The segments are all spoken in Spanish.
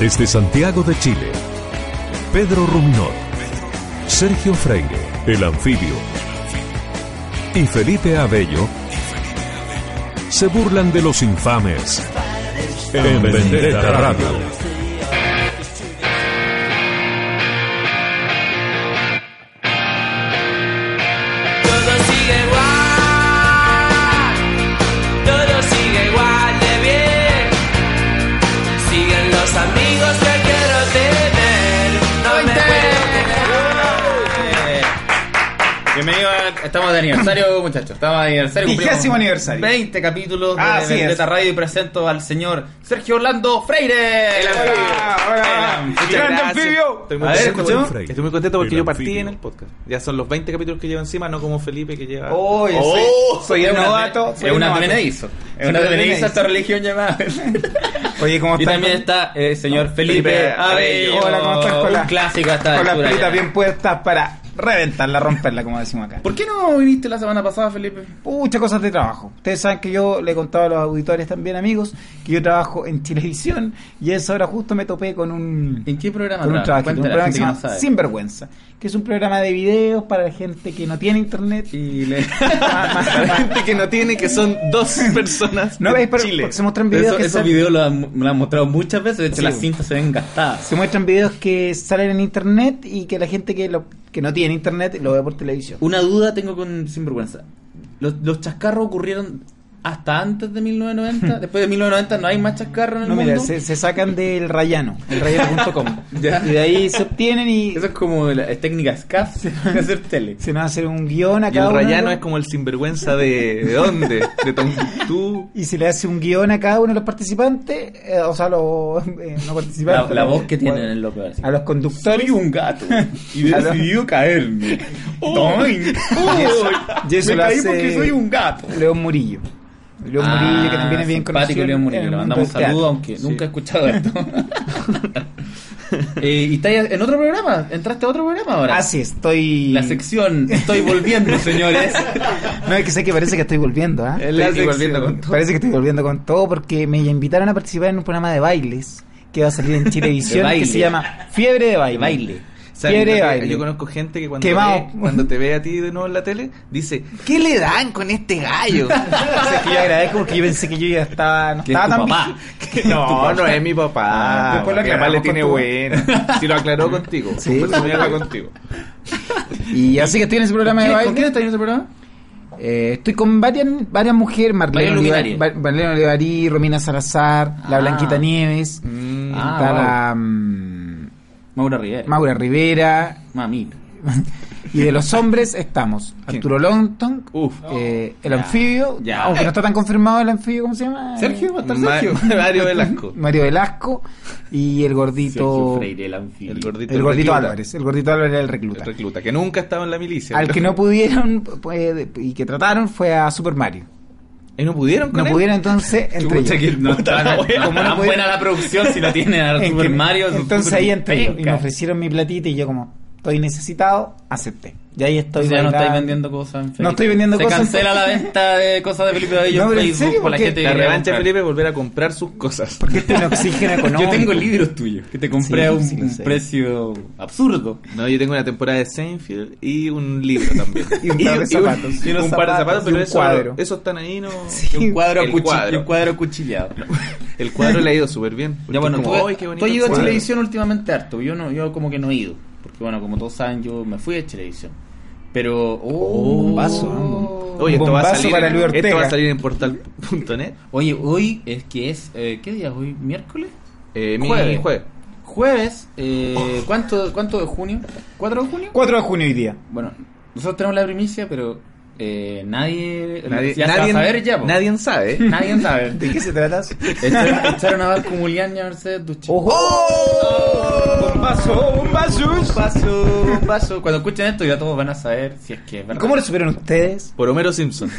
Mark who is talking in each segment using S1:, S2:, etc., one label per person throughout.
S1: Desde Santiago de Chile, Pedro Ruminot, Sergio Freire, el anfibio, y Felipe Abello se burlan de los infames en Vendetta Radio.
S2: Todo sigue igual, todo sigue igual de bien. Siguen los amigos que quiero tener. No me puedo
S3: Eh, Bienvenido a- Estamos de aniversario, muchachos. Estamos de aniversario. cumplimos
S4: Vigésimo aniversario. Ah,
S3: 20 capítulos de
S4: Así es.
S3: Vendetta Radio y presento al señor Sergio Orlando Freire.
S4: Hola, hola.
S3: Muchas
S4: Grande
S3: gracias.
S4: anfibio.
S5: Estoy muy,
S3: A ver,
S5: contento,
S1: escuchemos.
S5: Freire. estoy muy contento porque
S1: El
S5: yo partí
S1: anfibio.
S5: en el podcast. Ya son los 20 capítulos que llevo encima, no como Felipe que lleva.
S4: Oye, soy- soy,
S3: Oh, Es
S4: el
S3: una-
S4: novato. soy
S3: Es
S4: el
S3: una
S4: novato.
S3: advenedizo. Es una
S4: Soy un
S3: advenedizo
S4: advenedizo.
S3: esta religión llamada.
S4: Oye, ¿cómo
S3: Y
S4: estás?
S3: también está el señor Felipe
S4: Felipe
S3: Abello.
S4: Hola, ¿cómo estás?
S3: Un
S4: Con la-
S3: clásico hasta
S4: Con las pelitas bien puestas para reventarla, romperla, como decimos acá.
S3: ¿Por qué no viniste la semana pasada, Felipe?
S4: Muchas cosas de trabajo. Ustedes saben que yo le he contado a los auditores también, amigos, que yo trabajo en televisión y a esa hora justo me topé con un...
S3: ¿En qué programa
S4: con un
S3: trabajas?
S4: trabajito, un
S3: Cuéntale a la
S4: programa que
S3: gente
S4: se llama
S3: que no sabe.
S4: Sinvergüenza, que es un programa de videos para la gente que no tiene internet.
S3: Y le...
S5: La gente que no tiene, que son dos personas.
S4: No
S5: de
S4: veis, pero
S5: Chile.
S4: se muestran videos
S3: Eso-
S4: que
S3: esos
S4: sal-
S3: videos lo han, lo han mostrado muchas veces, de hecho
S4: Sí.
S3: las cintas se ven gastadas.
S4: Se muestran videos que salen en internet y que la gente que, lo, que no tiene internet lo ve por televisión.
S3: Una duda tengo con Sinvergüenza. ¿Los, los chascarros ocurrieron hasta antes de 1990? Después de 1990 no hay más chascarros en el
S4: No,
S3: mundo.
S4: mira, se, se sacan del rayano, el rayano.com.
S3: Ya.
S4: y de ahí se obtienen y
S3: Eso es como la es técnica SCAF de hacer tele.
S4: se nos hace un guión a
S5: Y
S4: cada
S5: el
S4: uno.
S5: Rayano
S4: de
S5: es
S4: los-
S5: como el sinvergüenza de. ¿De dónde? De Tombuctú.
S4: Y se le hace un guión a cada uno de los participantes, eh, o sea, los eh, no
S3: La,
S4: participantes.
S3: la voz que
S4: bueno,
S3: tienen en el loco. así.
S4: A los conductores.
S3: Soy un gato y
S4: A los-
S3: decidió caerme. Toing.
S4: Y eso- y eso
S3: me
S4: lo
S3: caí
S4: hace-
S3: porque soy un gato.
S4: León Murillo. León
S3: Ah,
S4: Murillo, que también es bien
S3: simpático
S4: conocido.
S3: León Murillo,
S4: en el
S3: le
S4: mundo
S3: mandamos un
S4: del teatro.
S3: saludo, aunque nunca he escuchado esto. Eh, y estás en otro programa, entraste a otro programa ahora.
S4: Ah, sí, estoy.
S3: La sección, estoy volviendo, señores.
S4: No, es que sé que parece que estoy volviendo, ¿ah?
S5: Él está
S3: sección.
S5: volviendo con todo.
S4: Parece que estoy volviendo con todo porque me invitaron a participar en un programa de bailes que va a salir en
S3: De
S4: televisión
S3: baile.
S4: que se llama Fiebre de Baile.
S3: baile.
S5: ¿Sabes?
S4: Fiebre de
S5: Yo-
S4: Baile.
S5: Yo conozco gente que cuando,
S4: Quemado.
S5: ve- cuando te ve a ti de nuevo en la tele, dice: ¿Qué le dan con este gallo?
S4: O sea, que yo agradezco porque yo pensé que yo ya estaba. No
S3: Que es
S4: estaba
S3: tu
S4: tan
S3: papá.
S5: No, no es mi papá.
S4: Ah, después lo
S5: mi papá
S4: aclaramos
S5: le tiene
S4: con tu-
S5: bueno. Si lo aclaró contigo.
S4: Sí.
S5: Pues, me habla contigo.
S4: viejo. Y así que estoy en ese programa de
S3: ¿Con
S4: baile.
S3: quién estás en ese programa?
S4: Eh, estoy con varias, varias mujeres: Marlene
S3: Varias
S4: Olivari,
S3: luminarias.
S4: Bar- Marlene Olivari, Romina Salazar,
S3: Ah.
S4: la Blanquita Nieves,
S3: Ah,
S4: está
S3: wow.
S4: la, mm,
S3: Maura Rivera.
S4: Maura Rivera.
S3: Mamita.
S4: Y de los hombres estamos Arturo Longton,
S5: Uf.
S4: eh, el anfibio,
S3: ya.
S4: aunque no está tan confirmado el anfibio, ¿cómo se llama? Eh,
S3: Sergio, va a estar
S5: Ma-
S3: Sergio.
S5: Mario Velasco.
S4: Mario Velasco y el
S3: Sergio
S4: gordito
S3: Freire, el anfibio.
S5: El gordito,
S4: el gordito
S5: recluta.
S4: Álvarez, el gordito Álvarez era el
S5: El
S4: recluta.
S5: recluta, que nunca estaba en la milicia.
S4: Al que no pudieron pues, y que trataron fue a Super Mario.
S5: Y no pudieron con
S4: No
S5: él. Ah,
S4: pudieron entonces entre
S3: Pucha, que
S4: ellos.
S3: no está
S5: la
S3: no
S5: wea.
S3: está tan buena la producción si no tiene a
S4: En
S3: Super
S4: que-
S3: Mario.
S4: entonces
S3: Super
S4: ahí entre ellos. y me
S3: penca.
S4: ofrecieron mi platita y yo como estoy necesitado, acepté. Y ahí
S3: O
S4: estoy.
S3: sea, no
S4: bailando.
S3: estáis vendiendo cosas. en Facebook.
S4: No estoy vendiendo
S3: Se
S4: cosas en
S3: cancela la
S4: Facebook.
S3: venta de cosas de Felipe Bello
S4: No,
S3: en
S4: pero en
S3: Facebook.
S4: serio,
S3: por la
S4: porque
S3: gente
S5: La
S3: que
S5: revancha
S3: comprar.
S5: Felipe es volver a comprar sus cosas.
S4: Porque este es un oxígeno económico.
S3: Yo tengo libros tuyos que te compré
S4: Sí,
S3: a un,
S4: sí, lo
S3: un
S4: sé.
S3: precio absurdo.
S5: No, yo tengo una temporada de Seinfeld y un libro también.
S4: Y un par de zapatos.
S5: Y unos
S4: Un
S5: par de
S4: zapatos
S5: zapatos,
S4: y
S5: pero
S4: un
S5: eso-
S4: cuadro.
S5: esos están ahí, ¿no?
S4: Sí.
S3: Y un cuadro,
S5: El
S3: acuchi-
S5: cuadro.
S3: y un cuadro acuchillado.
S5: El cuadro le ha ido súper bien.
S3: ya bueno,
S5: Como,
S3: tú,
S5: "Ay, qué
S3: tú
S5: bonito
S3: has
S5: el
S3: ido a
S5: cuadro".
S3: televisión últimamente harto. Yo no, yo como que no he ido. Porque bueno, como todos saben, yo me fui a televisión. Pero. Oh,
S4: Oh, bombazo.
S5: Oye, esto va, a
S4: Bombazo
S5: salir
S4: para
S5: en,
S4: Luis
S5: esto va a
S4: Ortega.
S5: salir en portal.net.
S3: Oye, hoy es que es. eh, ¿Qué día es hoy? ¿Miércoles?
S5: Eh, mi
S3: Jueves.
S5: jueves.
S3: Jueves, eh, ¿cuánto, ¿cuánto de junio? ¿4 de junio?
S4: 4 de junio hoy día.
S3: Bueno, nosotros tenemos la primicia, pero eh, nadie,
S5: Nadie,
S3: ya se va
S5: nadie,
S3: a saber ya. po.
S5: nadie sabe.
S3: Nadie sabe.
S4: ¿De qué se trata?
S3: Echaron echaron a Vasco Mulián y a Mercedes
S4: Oh,
S3: Duche.
S4: ¡Ojo! ¡Bombazo! ¡Bombazos!
S3: Paso, paso. Cuando escuchen esto ya todos van a saber si es que es
S4: ¿Y
S3: verdad.
S4: cómo lo supieron ustedes?
S5: Por Homero Simpson.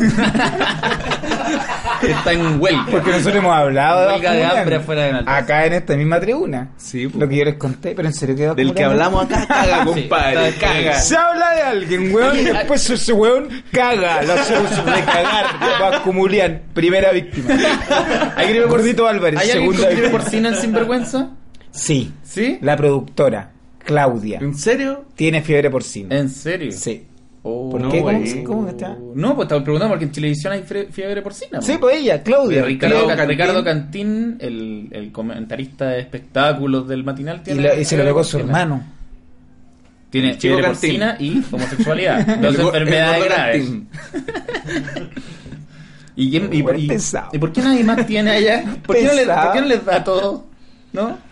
S3: está en huelga?
S4: Porque nosotros hemos hablado de
S3: Huelga
S4: Vasco
S3: de
S4: Mulián.
S3: hambre afuera de Valdez.
S4: Acá en esta misma tribuna.
S5: Sí, po.
S4: Lo que yo les conté, pero en serio quedó
S5: Del que hablamos acá, caga, compadre.
S3: está-
S5: caga.
S4: Se habla de alguien, weón, y después ese weón caga. Lo hacemos de cagar. Vasco Mulián, primera víctima. Ahí gordito Álvarez,
S3: ¿Hay alguien que
S4: segunda
S3: escribe
S4: víctima.
S3: porcina en sinvergüenza?
S4: Sí.
S3: ¿Sí?
S4: La productora, Claudia,
S3: ¿En serio?
S4: tiene fiebre porcina.
S3: ¿En serio?
S4: Sí.
S3: Oh,
S4: ¿Por
S3: no,
S4: qué? ¿Cómo,
S3: güey.
S4: cómo está?
S3: No, pues estaba preguntando porque en televisión hay fre- fiebre porcina.
S4: Sí,
S3: po.
S4: pues ella,
S3: Y
S4: Claudia.
S3: Ricardo,
S4: Claudia.
S3: Ca- Ricardo Cantín, el, el comentarista de espectáculos del matinal,
S4: Y,
S3: tiene.
S4: lo- y se lo
S3: fiebre
S4: pegó su
S3: porcina.
S4: hermano.
S3: Tiene
S5: El chico
S3: fiebre
S5: Cantín.
S3: porcina y homosexualidad.
S5: El
S3: Dos
S5: go- el
S3: enfermedades
S5: gordo
S3: graves.
S5: Cantín.
S3: ¿Y, quién- y,
S4: Buen
S3: y-
S4: pesado.
S3: y por qué nadie más tiene allá? ¿Por qué, no les,
S4: Pesado.
S3: ¿Por qué no les da todo? ¿No?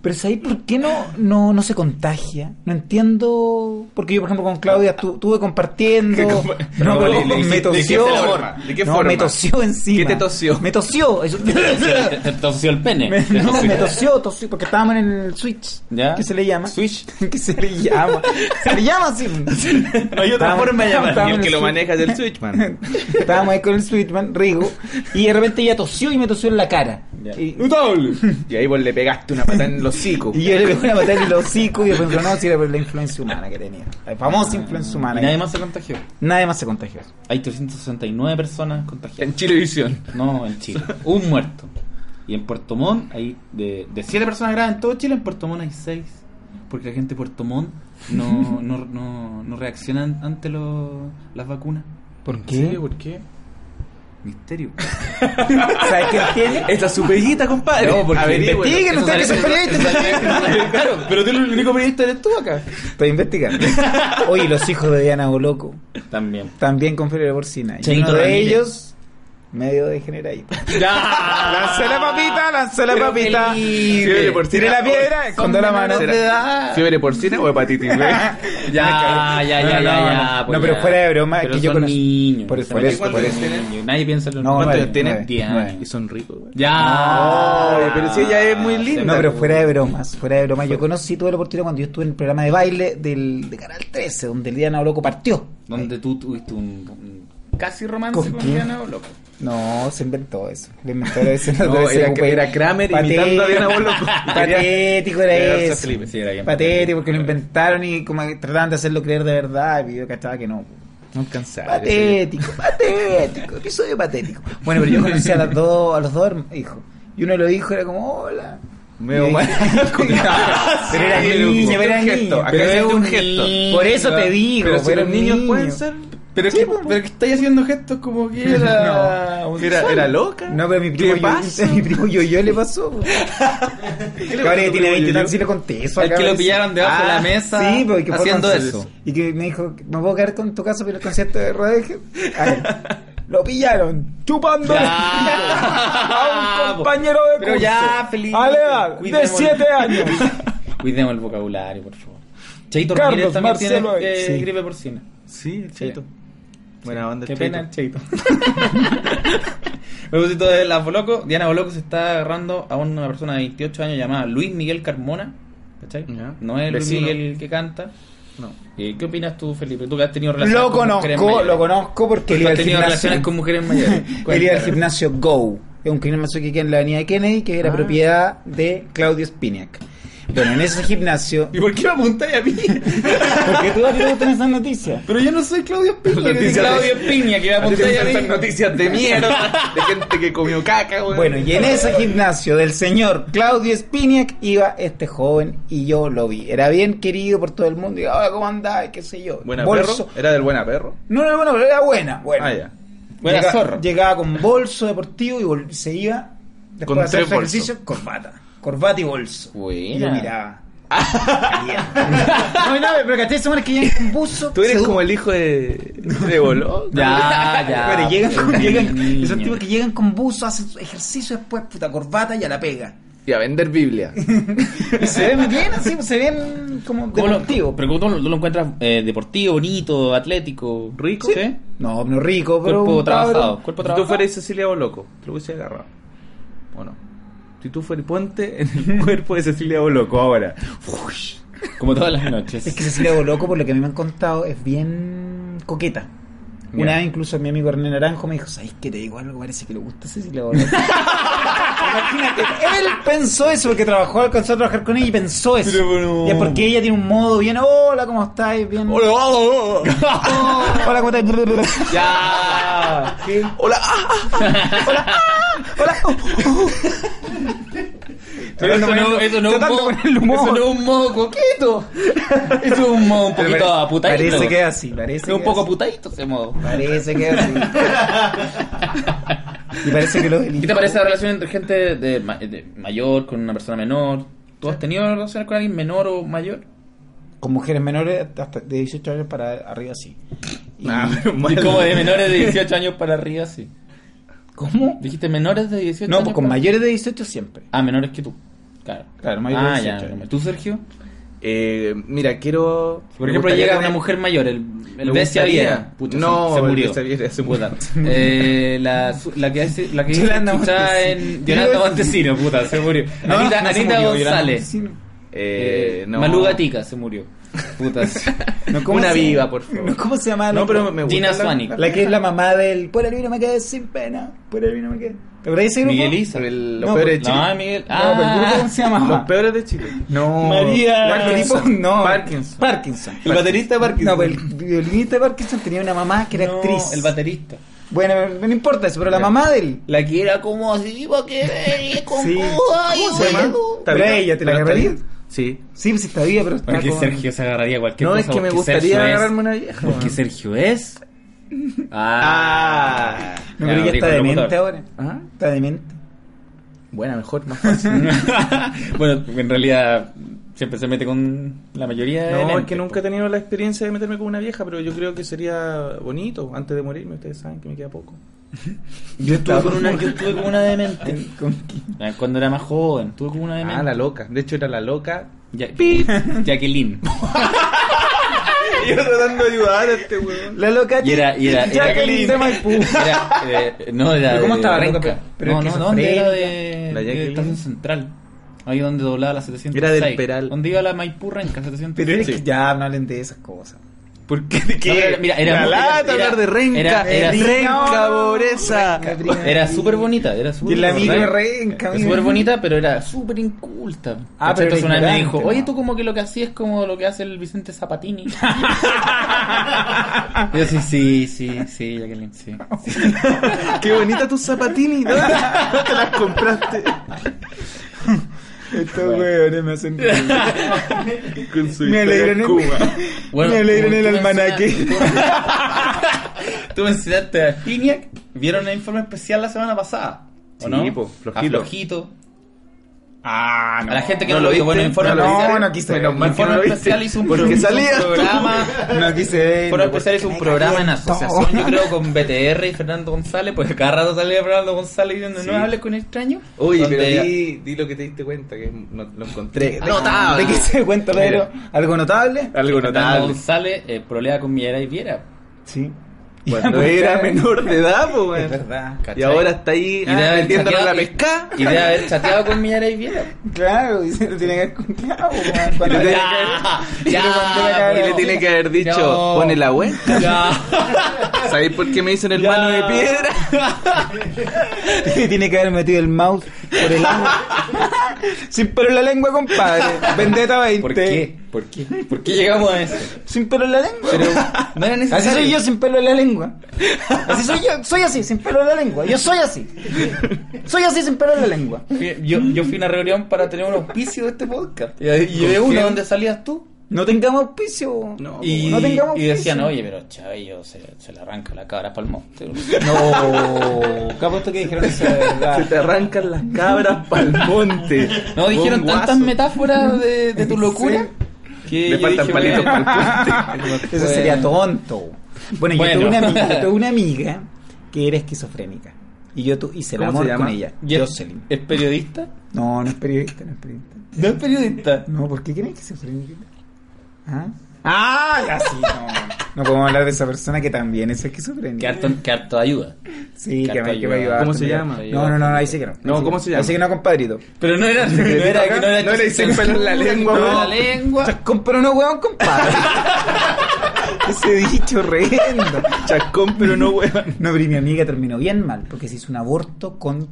S4: Pero ¿sabéis por qué no, no, no se contagia? No entiendo. Porque yo, por ejemplo, con Claudia estu- estuve compartiendo.
S5: ¿Qué compa-
S4: No,
S5: No,
S4: pero
S5: le- le
S4: me
S5: hiciste-
S4: tosió.
S5: ¿de qué forma? ¿De qué
S4: no,
S5: forma?
S4: me tosió encima.
S5: ¿Qué te tosió?
S4: Me tosió. Eso-
S3: Te tosió el pene.
S4: me,
S3: Te
S4: no,
S3: tosió.
S4: me tosió, tosió. Porque estábamos en el Switch.
S3: ¿Ya?
S4: ¿Qué se le llama?
S3: Switch.
S4: ¿Qué se le llama? Se le llama así.
S3: No hay otra
S4: Estábamos-
S3: forma de llamar.
S4: estábamos
S5: Y el
S4: en
S5: que lo
S4: Switch.
S5: maneja es el Switchman.
S4: Estábamos ahí con el Switchman, Rigo. Y de repente ella tosió y me tosió en la cara. Y-
S5: Y ahí vos le pegaste una patada en los hocicos.
S4: Y yo le pegó una patada en el hocico y después me dijo, no, si era por la influencia humana que tenía. La famosa influencia
S3: Ah. Y
S4: humana. eh.
S3: nadie
S4: que-
S3: más se contagió.
S4: Nadie más se contagió.
S3: Hay 369 personas contagiadas.
S5: En Chilevisión.
S3: No, en Chile. Un muerto. Y en Puerto Montt hay de, de 7 personas graves en todo Chile, en Puerto Montt hay 6. Porque la gente de Puerto Montt no, no, no, no reacciona an- ante los- las vacunas.
S4: ¿Por
S3: Sí, ¿Por qué? Misterio.
S4: ¿Sabes qué tiene?
S5: Esta es su peguita, compadre.
S3: No, porque
S5: Averígüelo.
S4: investiguen
S3: Eso
S4: ustedes que son
S3: sale-
S4: periodistas.
S3: claro, pero tú eres el único periodista eres tú acá.
S4: Estoy investigando. Oye, los hijos de Diana Boloco
S3: También.
S4: también con fiebre porcina. Y
S3: Cheito
S4: uno de
S3: Ramírez.
S4: ellos, medio degeneradito.
S3: ¡Ya!
S4: Lanzó
S5: Ah.
S4: la papita, lanzó la
S3: Pero
S4: papita.
S3: feliz.
S5: Fiebre porcina.
S4: Tiré la piedra,
S5: Son
S4: escondió la mano.
S5: menores de edad. ¿Fiebre porcina o hepatitis B?
S3: Ya, Ah, ya, ya, ya, ya.
S4: No, pero fuera de broma,
S3: Pero
S4: que yo
S3: son
S4: conocí-
S3: niños.
S4: por-
S3: Se
S4: por
S3: meten
S4: eso,
S3: con
S5: por
S3: los
S5: eso.
S3: niños. Nadie piensa en los
S4: No,
S3: niños.
S4: ¿Cuántos nueve,
S5: ¿Cuántos tienen?
S4: nueve,
S5: Diez
S4: nueve.
S5: años. Y son ricos. güey.
S3: Ya. Ah.
S5: Oye, pero si ella es muy linda.
S4: No, pero fuera de bromas, fuera de bromas. Yo conocí, tuve la oportunidad cuando yo estuve en el programa de baile del, de Canal 13, donde el Diana Boloco partió.
S3: Donde tú tuviste un, un casi romance
S4: ¿Con
S3: con,
S4: quién?
S3: Diana Boloco.
S4: No, se inventó eso. Le inventó eso. No,
S5: No, era- era Kramer imitando a Diana Boloco.
S4: Patético era
S5: Era Garza
S4: eso.
S5: Felipe.
S3: Sí, era bien
S4: Patético, porque lo inventaron y como que trataban de hacerlo creer de verdad. Y yo cachaba que no.
S5: No alcanzaron.
S4: Patético, patético, episodio patético. Bueno, pero yo conocí a, las dos, a los dos herm- hijos. Y uno de los hijos era como, hola.
S5: Medio
S4: Y-
S5: mal.
S4: pero era niño, pero era
S5: Un gesto,
S4: niño.
S5: acá
S4: Pero
S5: hiciste
S4: es
S5: un
S4: un
S5: gesto.
S4: gesto. Por eso te digo.
S5: Pero si
S4: era
S5: los
S4: un
S5: niños
S4: niño.
S5: pueden ser.
S3: Pero,
S4: Sí,
S3: que,
S4: pues.
S3: pero que estáis haciendo gestos como que era.
S5: Que Era, era loca.
S4: No, pero a mi
S5: ¿Qué
S4: primo,
S5: pasa?
S4: yo, mi primo yo, yo le pasó. Ahora que tiene 20 y tal, sí le conté eso.
S3: El
S4: acá,
S3: que lo
S4: parece.
S3: pillaron debajo de la mesa
S4: Ah, Sí, pues, porque fue
S3: haciendo
S4: con-
S3: eso.
S4: Y que me dijo, me puedo quedar con tu caso, pero el concierto de Rodríguez. Lo pillaron, chupando a
S3: Ya,
S4: un
S3: po.
S4: compañero de
S3: Pero
S4: curso.
S3: ya, Felipe,
S4: A la edad de
S3: cuidemos-
S4: 7 años.
S3: Cuidemos el vocabulario, por favor. Cheito
S4: Carlos,
S3: Ramírez también
S4: Marcelo,
S3: tiene eh,
S4: sí.
S3: gripe porcina.
S5: Sí, el Cheito. Buena onda,
S3: Qué
S5: el Cheito.
S3: pena el Cheito. Me puse todo de la Boloco. Diana Boloco se está agarrando a una persona de 28 años llamada Luis Miguel Carmona. ¿Cachai?
S5: Ya.
S3: No es
S5: Vecino.
S3: Luis Miguel que canta.
S5: No.
S3: Eh, ¿Qué opinas tú, Felipe? Tú que has tenido relaciones
S4: Lo
S3: con mujeres
S4: conozco,
S3: mayores.
S4: lo conozco porque él
S3: Tú
S4: iba
S3: has
S4: al
S3: tenido relaciones
S4: gimnasio.
S3: con mujeres mayores.
S4: Él iba al
S3: Cuéntanos.
S4: gimnasio Go, que es un gimnasio que queda en la avenida Kennedy, que era
S5: Ah.
S4: propiedad de Claudio Spinac. Bueno, en ese gimnasio.
S3: ¿Y por qué me apuntáis a mí?
S4: Porque tú a ti te gustan esas noticias.
S3: Pero yo no soy Claudio Piña. que soy
S5: Noticias de-
S3: Claudio Piña que me apuntáis a
S5: Esas
S3: mí.
S5: noticias de mierda. De gente que comió caca, güey.
S4: Bueno, y en ese gimnasio del señor Claudio Spinac iba este joven y yo lo vi. Era bien querido por todo el mundo. Y, "Ah, ¿cómo andaba? ¿Qué sé yo?
S5: Buena
S4: bolso.
S5: perro. Era del buena perro.
S4: No era buena, pero era buena. buena.
S5: Ah, ya.
S3: Buena
S4: Llega-
S3: zorra.
S4: Llegaba con bolso deportivo y vol- se iba después
S5: Con
S4: de hacer
S5: tres
S4: su
S5: bolsos.
S4: ejercicio, corbata. Corbata y bolso. Y yo miraba.
S5: Ah.
S4: no, no, pero caché, esa mujer que llegan con buzo.
S5: Tú eres
S4: se-
S5: como el Ah, hijo de. de Boló.
S3: Ya, ya.
S4: Pero llegan
S5: pues,
S4: con,
S3: Niño.
S4: llegan, esos tipos que llegan con buzo, hacen su ejercicio después, puta corbata y a la pega.
S5: Y a vender Biblia.
S4: Y se ven bien así, pues, se ven como
S3: ¿Cómo lo-
S4: deportivos.
S3: pero ¿cómo tú, lo- tú lo encuentras eh, deportivo, bonito, atlético, rico? ¿Sí?
S4: No, no rico, pero.
S3: Cuerpo
S4: un cabrón.
S3: trabajado, cuerpo
S5: Si tú
S3: trabajado.
S5: fueras Cecilia Boloco, te lo hubiese agarrado. ¿O no? Si tú fueras, ponte en el cuerpo de Cecilia Boloco ahora. Ush.
S3: Como todas las noches.
S4: Es que Cecilia Boloco, por lo que a mí me han contado, es bien coqueta.
S5: Ya.
S4: Una vez incluso mi amigo Hernán Naranjo me dijo, ¿sabes qué? Te digo algo, parece que le gusta Cecilia Boloco. Imagínate, él pensó eso porque trabajó, alcanzó a trabajar con ella y pensó eso.
S5: Pero, pero-
S4: Y es porque ella tiene un modo bien, hola, ¿cómo estáis? Bien.
S5: Hola, hola, hola.
S4: Hola, ¿cómo estáis?
S3: ¡Ya!
S4: Sí.
S3: ah.
S4: ah,
S5: Hola, ah, ah,
S4: Hola.
S3: Pero eso no, eso no es un
S4: tratando
S3: modo,
S4: con el humor.
S3: eso no es un modo coqueto. Eso es un modo un
S4: Pero
S3: poquito
S4: pare-
S3: aputadito.
S4: Parece que es así, parece
S3: es
S4: que
S3: un poco
S4: así.
S3: aputadito ese modo.
S4: Parece que es así. y parece que lo
S3: ¿Qué te parece la relación entre gente de, ma- de mayor con una persona menor? ¿Tú has tenido relaciones con alguien menor o mayor?
S4: Con mujeres menores hasta de 18 años para arriba sí. Y-
S5: Ah,
S3: Y como de menores de 18 años para arriba, sí.
S4: ¿Cómo?
S3: Dijiste menores de 18
S4: No,
S3: años.
S4: pues con
S3: para-
S4: mayores de 18 siempre.
S3: Ah, menores que tú. Claro.
S4: Claro, mayores de
S3: ah,
S4: 18
S3: ya.
S4: años.
S3: ¿Tú, Sergio?
S5: Eh, mira, quiero.
S3: Por
S5: me
S3: ejemplo,
S5: gustaría
S3: llega
S5: tener-
S3: una mujer mayor, el, el
S5: Me
S3: Bestia
S5: gustaría.
S3: Viera. Puta,
S5: No,
S3: se, se
S5: el
S3: murió.
S5: Bestia Viera se
S3: Puta.
S5: murió.
S3: Eh, la, su- la que hace, la que dice
S4: Yolanda
S3: chuchada
S4: Montesino.
S3: en Yolanda Montesino, puta, se murió. Anita,
S4: se
S3: Anita
S4: murió, Yolanda
S3: González.
S4: Montesino.
S5: Eh, no.
S3: Malú Gatica se murió. Putas.
S4: No, ¿cómo
S5: Una
S4: se-
S5: viva, por favor.
S4: No, ¿Cómo se llama? la-
S5: No, pero me gusta.
S3: Gina
S5: la-
S3: Swanick.
S4: La que es la mamá del. Por el vino me quedé sin pena. Por el vino me quedé. ¿Te acordás de ese grupo?
S3: Miguel Isa.
S5: el-
S4: No,
S5: los peores de
S3: La
S5: Chile.
S3: mamá de Miguel. Ah,
S4: No, pero el grupo, ¿cómo se llama?
S5: Los peores de Chile.
S4: No.
S3: María-
S4: El tipo, no.
S5: Parkinson.
S4: Parkinson.
S3: El baterista de Parkinson.
S4: No, pero el violinista de Parkinson tenía una mamá que era
S3: No,
S4: actriz.
S3: El baterista.
S4: Bueno, no importa eso, pero la mamá del.
S3: La que era como así, porque con
S4: Sí.
S3: ¿Cómo
S4: se llama? Pero ella, ¿te la
S5: Pero
S4: agarraría?
S5: está bien. Sí.
S4: Sí, pues está viva, pero está
S3: Porque
S4: con-
S3: Sergio se agarraría cualquier
S5: No,
S3: cosa.
S5: es que me
S3: porque
S5: gustaría
S3: Sergio es-
S5: agarrarme una vieja.
S3: Porque
S5: weón.
S3: Sergio es.
S5: Ah.
S4: No, pero ella
S3: Ya,
S4: está
S3: rico,
S4: demente
S3: locutor.
S4: ahora.
S5: Ah,
S4: Está demente.
S5: Buena, mejor, más fácil.
S3: bueno, en realidad siempre se mete con la mayoría de.
S5: No, es
S3: gente,
S5: que nunca
S3: po.
S5: he tenido la experiencia de meterme con una vieja, pero yo creo que sería bonito antes de morirme. Ustedes saben que me queda poco.
S4: Yo
S3: Tuve con una, yo estuve con una demente.
S4: ¿Con quién?
S3: Ah, Cuando era más joven, tuve con una demente.
S5: Ah, la loca. De hecho, era la loca.
S3: Ya- Jacqueline.
S5: Yo tratando de ayudar a este weón.
S4: La loca.
S3: Y era. Y era, era-
S4: Jacqueline de Maipú.
S3: era, eh, no, era.
S4: ¿Pero cómo
S3: de
S4: estaba la loca?
S3: Renca.
S4: Pero
S3: no,
S4: es que
S3: no,
S4: esa
S3: ¿dónde era
S4: Frenca.
S3: de,
S5: La
S3: de
S5: Jacqueline.
S3: Estación Central? Ahí donde doblaba la 706.
S5: Era del Peral.
S3: ¿Dónde iba la Maipú Renca 706?
S4: Pero es
S5: Sí.
S4: que ya no hablen de esas cosas.
S5: ¿Por qué? ¿De
S3: No, pero era- mira, era
S5: la
S3: muy-
S5: lata
S3: era-
S5: hablar de renca.
S3: era- era-
S5: renca,
S4: No.
S5: pobreza.
S3: Era súper bonita, era
S4: Y
S3: súper
S4: el amigo
S3: bonita.
S4: de Renca.
S3: Es
S4: mira.
S3: súper bonita, pero era súper inculta.
S4: Ah,
S3: Ah,
S4: pero
S3: pero Entonces
S4: era
S3: una vez me
S4: ignorante,
S3: dijo, oye,
S4: ¿no?
S3: tú como que lo que hacías es como lo que hace el Vicente Zapatini. Yo sí, sí, sí, sí, Jacqueline, sí.
S5: Qué bonita tus zapatini. ¿no? No te las compraste?
S4: Estos hueones me hacen reír.
S5: Con su
S4: Me
S5: historia
S4: alegran en-
S5: Cuba.
S4: Me alegran
S3: tú
S4: el
S3: me
S4: almanaque.
S3: enseñaste- Tú me enseñaste a Piniac, vieron el informe especial la semana pasada. ¿O
S5: Sí,
S3: no?
S5: po, flojito.
S3: A flojito.
S5: Ah,
S3: A la gente que
S5: no
S3: no
S5: lo
S3: lo vio,
S5: viste,
S3: bueno, informe
S5: no lo
S3: especial.
S5: viste.
S4: No, no quise ver.
S5: Menos mal que no
S3: Informe
S5: lo viste.
S3: especial hizo un
S5: Porque
S3: hizo un
S5: salía.
S3: programa.
S4: No quise ver.
S3: Foro Especial es un programa en asociación, yo creo, con BTR y Fernando González, pues cada rato salía Fernando González diciendo, no hables con extraño.
S5: Oye,
S3: Donde-
S5: pero di, di lo que te diste cuenta, que Ah, no- lo encontré.
S4: ¿De qué se cuenta, Pedro? ¿Algo notable?
S5: Algo
S3: Fernando
S5: notable.
S3: González eh, problea con Viera y Viera.
S4: Sí.
S5: Cuando era menor de edad, po,
S4: Es
S5: weón.
S4: verdad.
S5: Y
S3: ¿cachai?
S5: ahora está ahí
S3: Y debe haber
S5: vendiendo
S3: chateado-
S5: la
S3: y-
S5: pesca.
S3: Y debe haber chateado con Miera y Viera.
S4: Claro, y se lo tiene que haber contado. weón, cuando
S5: Y le
S4: le-
S5: tiene
S4: y le mandó la cara
S5: Y le
S4: no.
S5: tiene que haber dicho,
S3: No.
S5: pone la vuelta.
S3: Ya.
S5: ¿Sabéis por qué me dicen hermano de piedra?
S4: Le tiene que haber metido el mouse por el ano. Sin pelo en la lengua, compadre. Vendetta 20.
S3: ¿Por qué? ¿Por qué? ¿Por qué llegamos a eso?
S4: Sin pelo en la lengua.
S3: Pero no era necesario.
S4: Así soy yo sin pelo en la lengua. Así soy yo, soy así, sin pelo en la lengua. Yo soy así. Soy así sin pelo en la lengua.
S3: Fui- Yo, yo fui a una reunión para tener un auspicio de este podcast. Y ahí llevé uno donde salías tú.
S4: No tengamos auspicio.
S5: No,
S3: Y,
S4: no tengamos
S3: y
S4: auspicio.
S3: decían, oye, pero Chavillo se, se le arranca la cabra para el monte.
S4: No. ¿Qué apuesto que dijeron eso de
S5: Se
S4: verdad?
S5: te arrancan las cabras pa'l monte.
S3: No, dijeron
S5: Buen guaso.
S3: tantas metáforas de, de tu locura que.
S5: Me
S3: yo
S5: faltan
S3: dije,
S5: palitos
S3: bueno,
S5: pa'l puente.
S4: Eso
S3: Bueno.
S4: sería tonto. Bueno, yo
S3: Bueno.
S4: tuve una amiga, yo tuve una amiga que era esquizofrénica. Y yo tu, hice el
S5: ¿Cómo se
S4: amor
S5: llama?
S4: con ella.
S3: ¿Y es-
S4: Jocelyn.
S3: ¿Es periodista?
S4: No, no es periodista, no es periodista.
S3: No es periodista.
S4: No, ¿por qué crees que se esquizofrénica? ¿Ah? Ah, ya sí, no. No podemos hablar de esa persona que también es
S3: Que
S4: esquizofrénica.
S3: harto, que harto ayuda.
S4: Sí,
S3: que
S4: que me,
S3: harto
S4: que me ayudaba.
S5: ¿Cómo se
S4: harto,
S5: llama?
S4: me ayudaba. No, no, no, ahí sí que no.
S5: No,
S4: Ahí sí
S5: ¿cómo
S4: que
S5: se llama?
S4: Ahí sí que no, compadrito.
S3: Pero no era. No era, que no era
S5: No le dicen
S3: chistoso.
S5: pelo en la lengua,
S3: Pelo en
S5: no.
S3: la lengua.
S4: Chascón, pero no huevón, compadre. Ese dicho reendo.
S5: Chascón, pero no huevan.
S4: No, pero mi amiga terminó bien mal, porque se hizo un aborto con,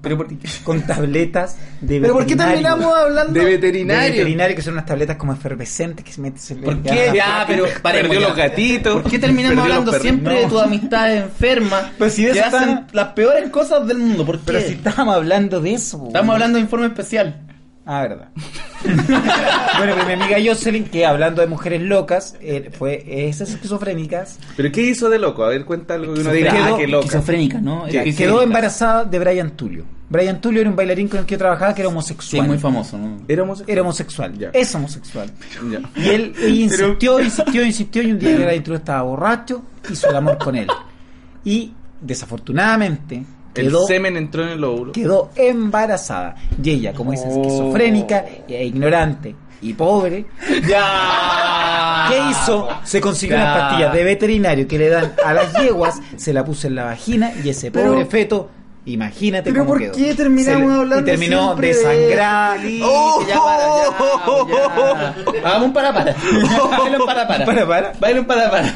S4: con tabletas de
S5: ¿Pero por qué
S4: veterinario.
S5: terminamos hablando de
S4: De
S5: veterinario?
S4: veterinario, que son unas tabletas como efervescentes que se meten se le-
S3: ¿Por qué? Ya, pero paremos
S5: Perdió
S3: ya.
S5: los gatitos.
S3: ¿Por qué terminamos
S5: Perdió
S3: hablando
S5: los perros.
S3: siempre
S4: No.
S3: de tus amistades enfermas?
S4: Pero si de
S3: que
S4: eso
S3: hacen
S4: está-
S3: las peores cosas del mundo. ¿Por
S4: Pero
S3: qué?
S4: si estábamos hablando de eso,
S3: Estamos hablando de informe especial.
S4: Ah, verdad. bueno, pero mi amiga Jocelyn, que hablando de mujeres locas, eh, fue esas esquizofrénicas,
S5: ¿Pero qué hizo de loco? A ver, cuenta algo que uno diga,
S4: Quedó-
S5: ah, qué loca.
S3: Esquizofrénica, ¿no?
S5: Ya,
S3: Esquizofrénica.
S4: quedó embarazada de Brian Tulio. Brian Tulio era un bailarín con el que yo trabajaba que era
S3: Sí,
S4: homosexual.
S3: es muy famoso, ¿no?
S5: ¿Era homosexual?
S4: Era homosexual,
S5: Ya.
S4: es homosexual.
S5: Ya.
S4: Y él ella
S5: Pero-
S4: insistió, insistió, insistió y un día que la intro estaba borracho, hizo el amor con él. Y desafortunadamente
S5: El
S4: quedó,
S5: semen entró en el óvulo.
S4: quedó embarazada. Y ella, como
S3: Oh.
S4: es esquizofrénica, e ignorante y pobre,
S3: ¡Ya!
S4: ¿Qué hizo? Se consiguió
S3: Ya.
S4: unas pastillas de veterinario que le dan a las yeguas, se la puso en la vagina y ese
S3: Pero-
S4: pobre feto, imagínate
S3: pero
S4: cómo
S3: ¿por
S4: quedó.
S3: qué terminamos
S4: Se
S3: hablando
S4: Y terminó
S3: siempre de
S4: desangrada.
S3: ¡Oh! Ya para, ya, ya. Hagamos un para para. Baila un para para.
S4: Para, para.
S3: Baila un para para.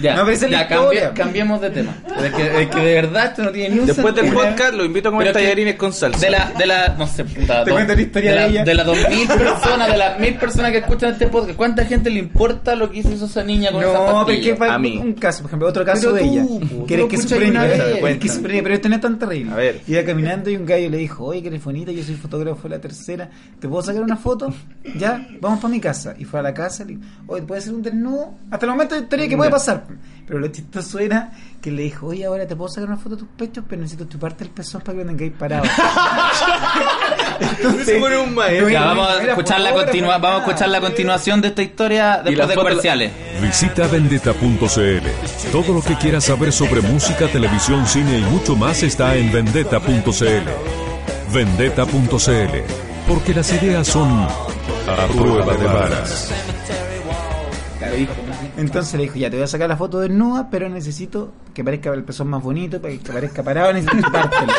S3: Ya,
S4: No, pero esa es la
S3: ya
S4: historia.
S3: cambiemos de tema. Es que, es que de verdad esto no tiene ni un
S5: Después del
S3: sentido.
S5: podcast lo invito a comer
S3: Pero que-
S5: tallarines con salsa.
S3: De la, de la, no sé, puta,
S4: Te
S3: dos-
S4: cuento la historia de
S3: la-
S4: ella.
S3: De las dos mil personas, de las mil personas que escuchan este podcast, ¿cuánta gente le importa lo que hizo esa niña con esa
S4: No, pero
S3: pastilla?
S4: que fue
S5: A mí.
S4: un caso, por ejemplo, otro caso
S3: Pero
S4: de
S3: tú,
S4: ella.
S3: po,
S4: Que
S3: tú
S4: era
S3: lo escuchas una
S4: esquizofrénica,
S3: vez.
S4: era
S3: Cuenta.
S4: esquizofrénica, pero esto no es tan terrible.
S5: A ver.
S4: Iba caminando y un gallo le dijo, oye, que eres bonita, yo soy fotógrafo de la tercera, ¿te puedo sacar una foto? Ya, vamos para mi casa. Y fue a la casa, le dijo, oye, ¿puedes hacer un desnudo? Hasta el momento de historia que puede pasar. Pero lo chistoso era que le dijo, oye, ahora te puedo sacar una foto de tus pechos, pero necesito tu parte del pezón para que lo tengáis parado.
S5: Se pone un maestro.
S3: Ya, vamos a
S4: Era
S3: escuchar la,
S4: fotógrafo,
S3: continua, vamos a
S4: nada.
S3: escuchar la continuación de esta historia
S5: Y la
S3: después de
S5: foto-
S3: comerciales.
S1: Visita vendetta.cl. Todo lo que quieras saber sobre música, televisión, cine y mucho más está en vendetta.cl. Vendetta.cl. Porque las ideas son a prueba de balas.
S4: Entonces le dijo, ya te voy a sacar la foto desnuda, pero necesito que parezca el pezón más bonito, para que parezca parado, necesito chupártelo.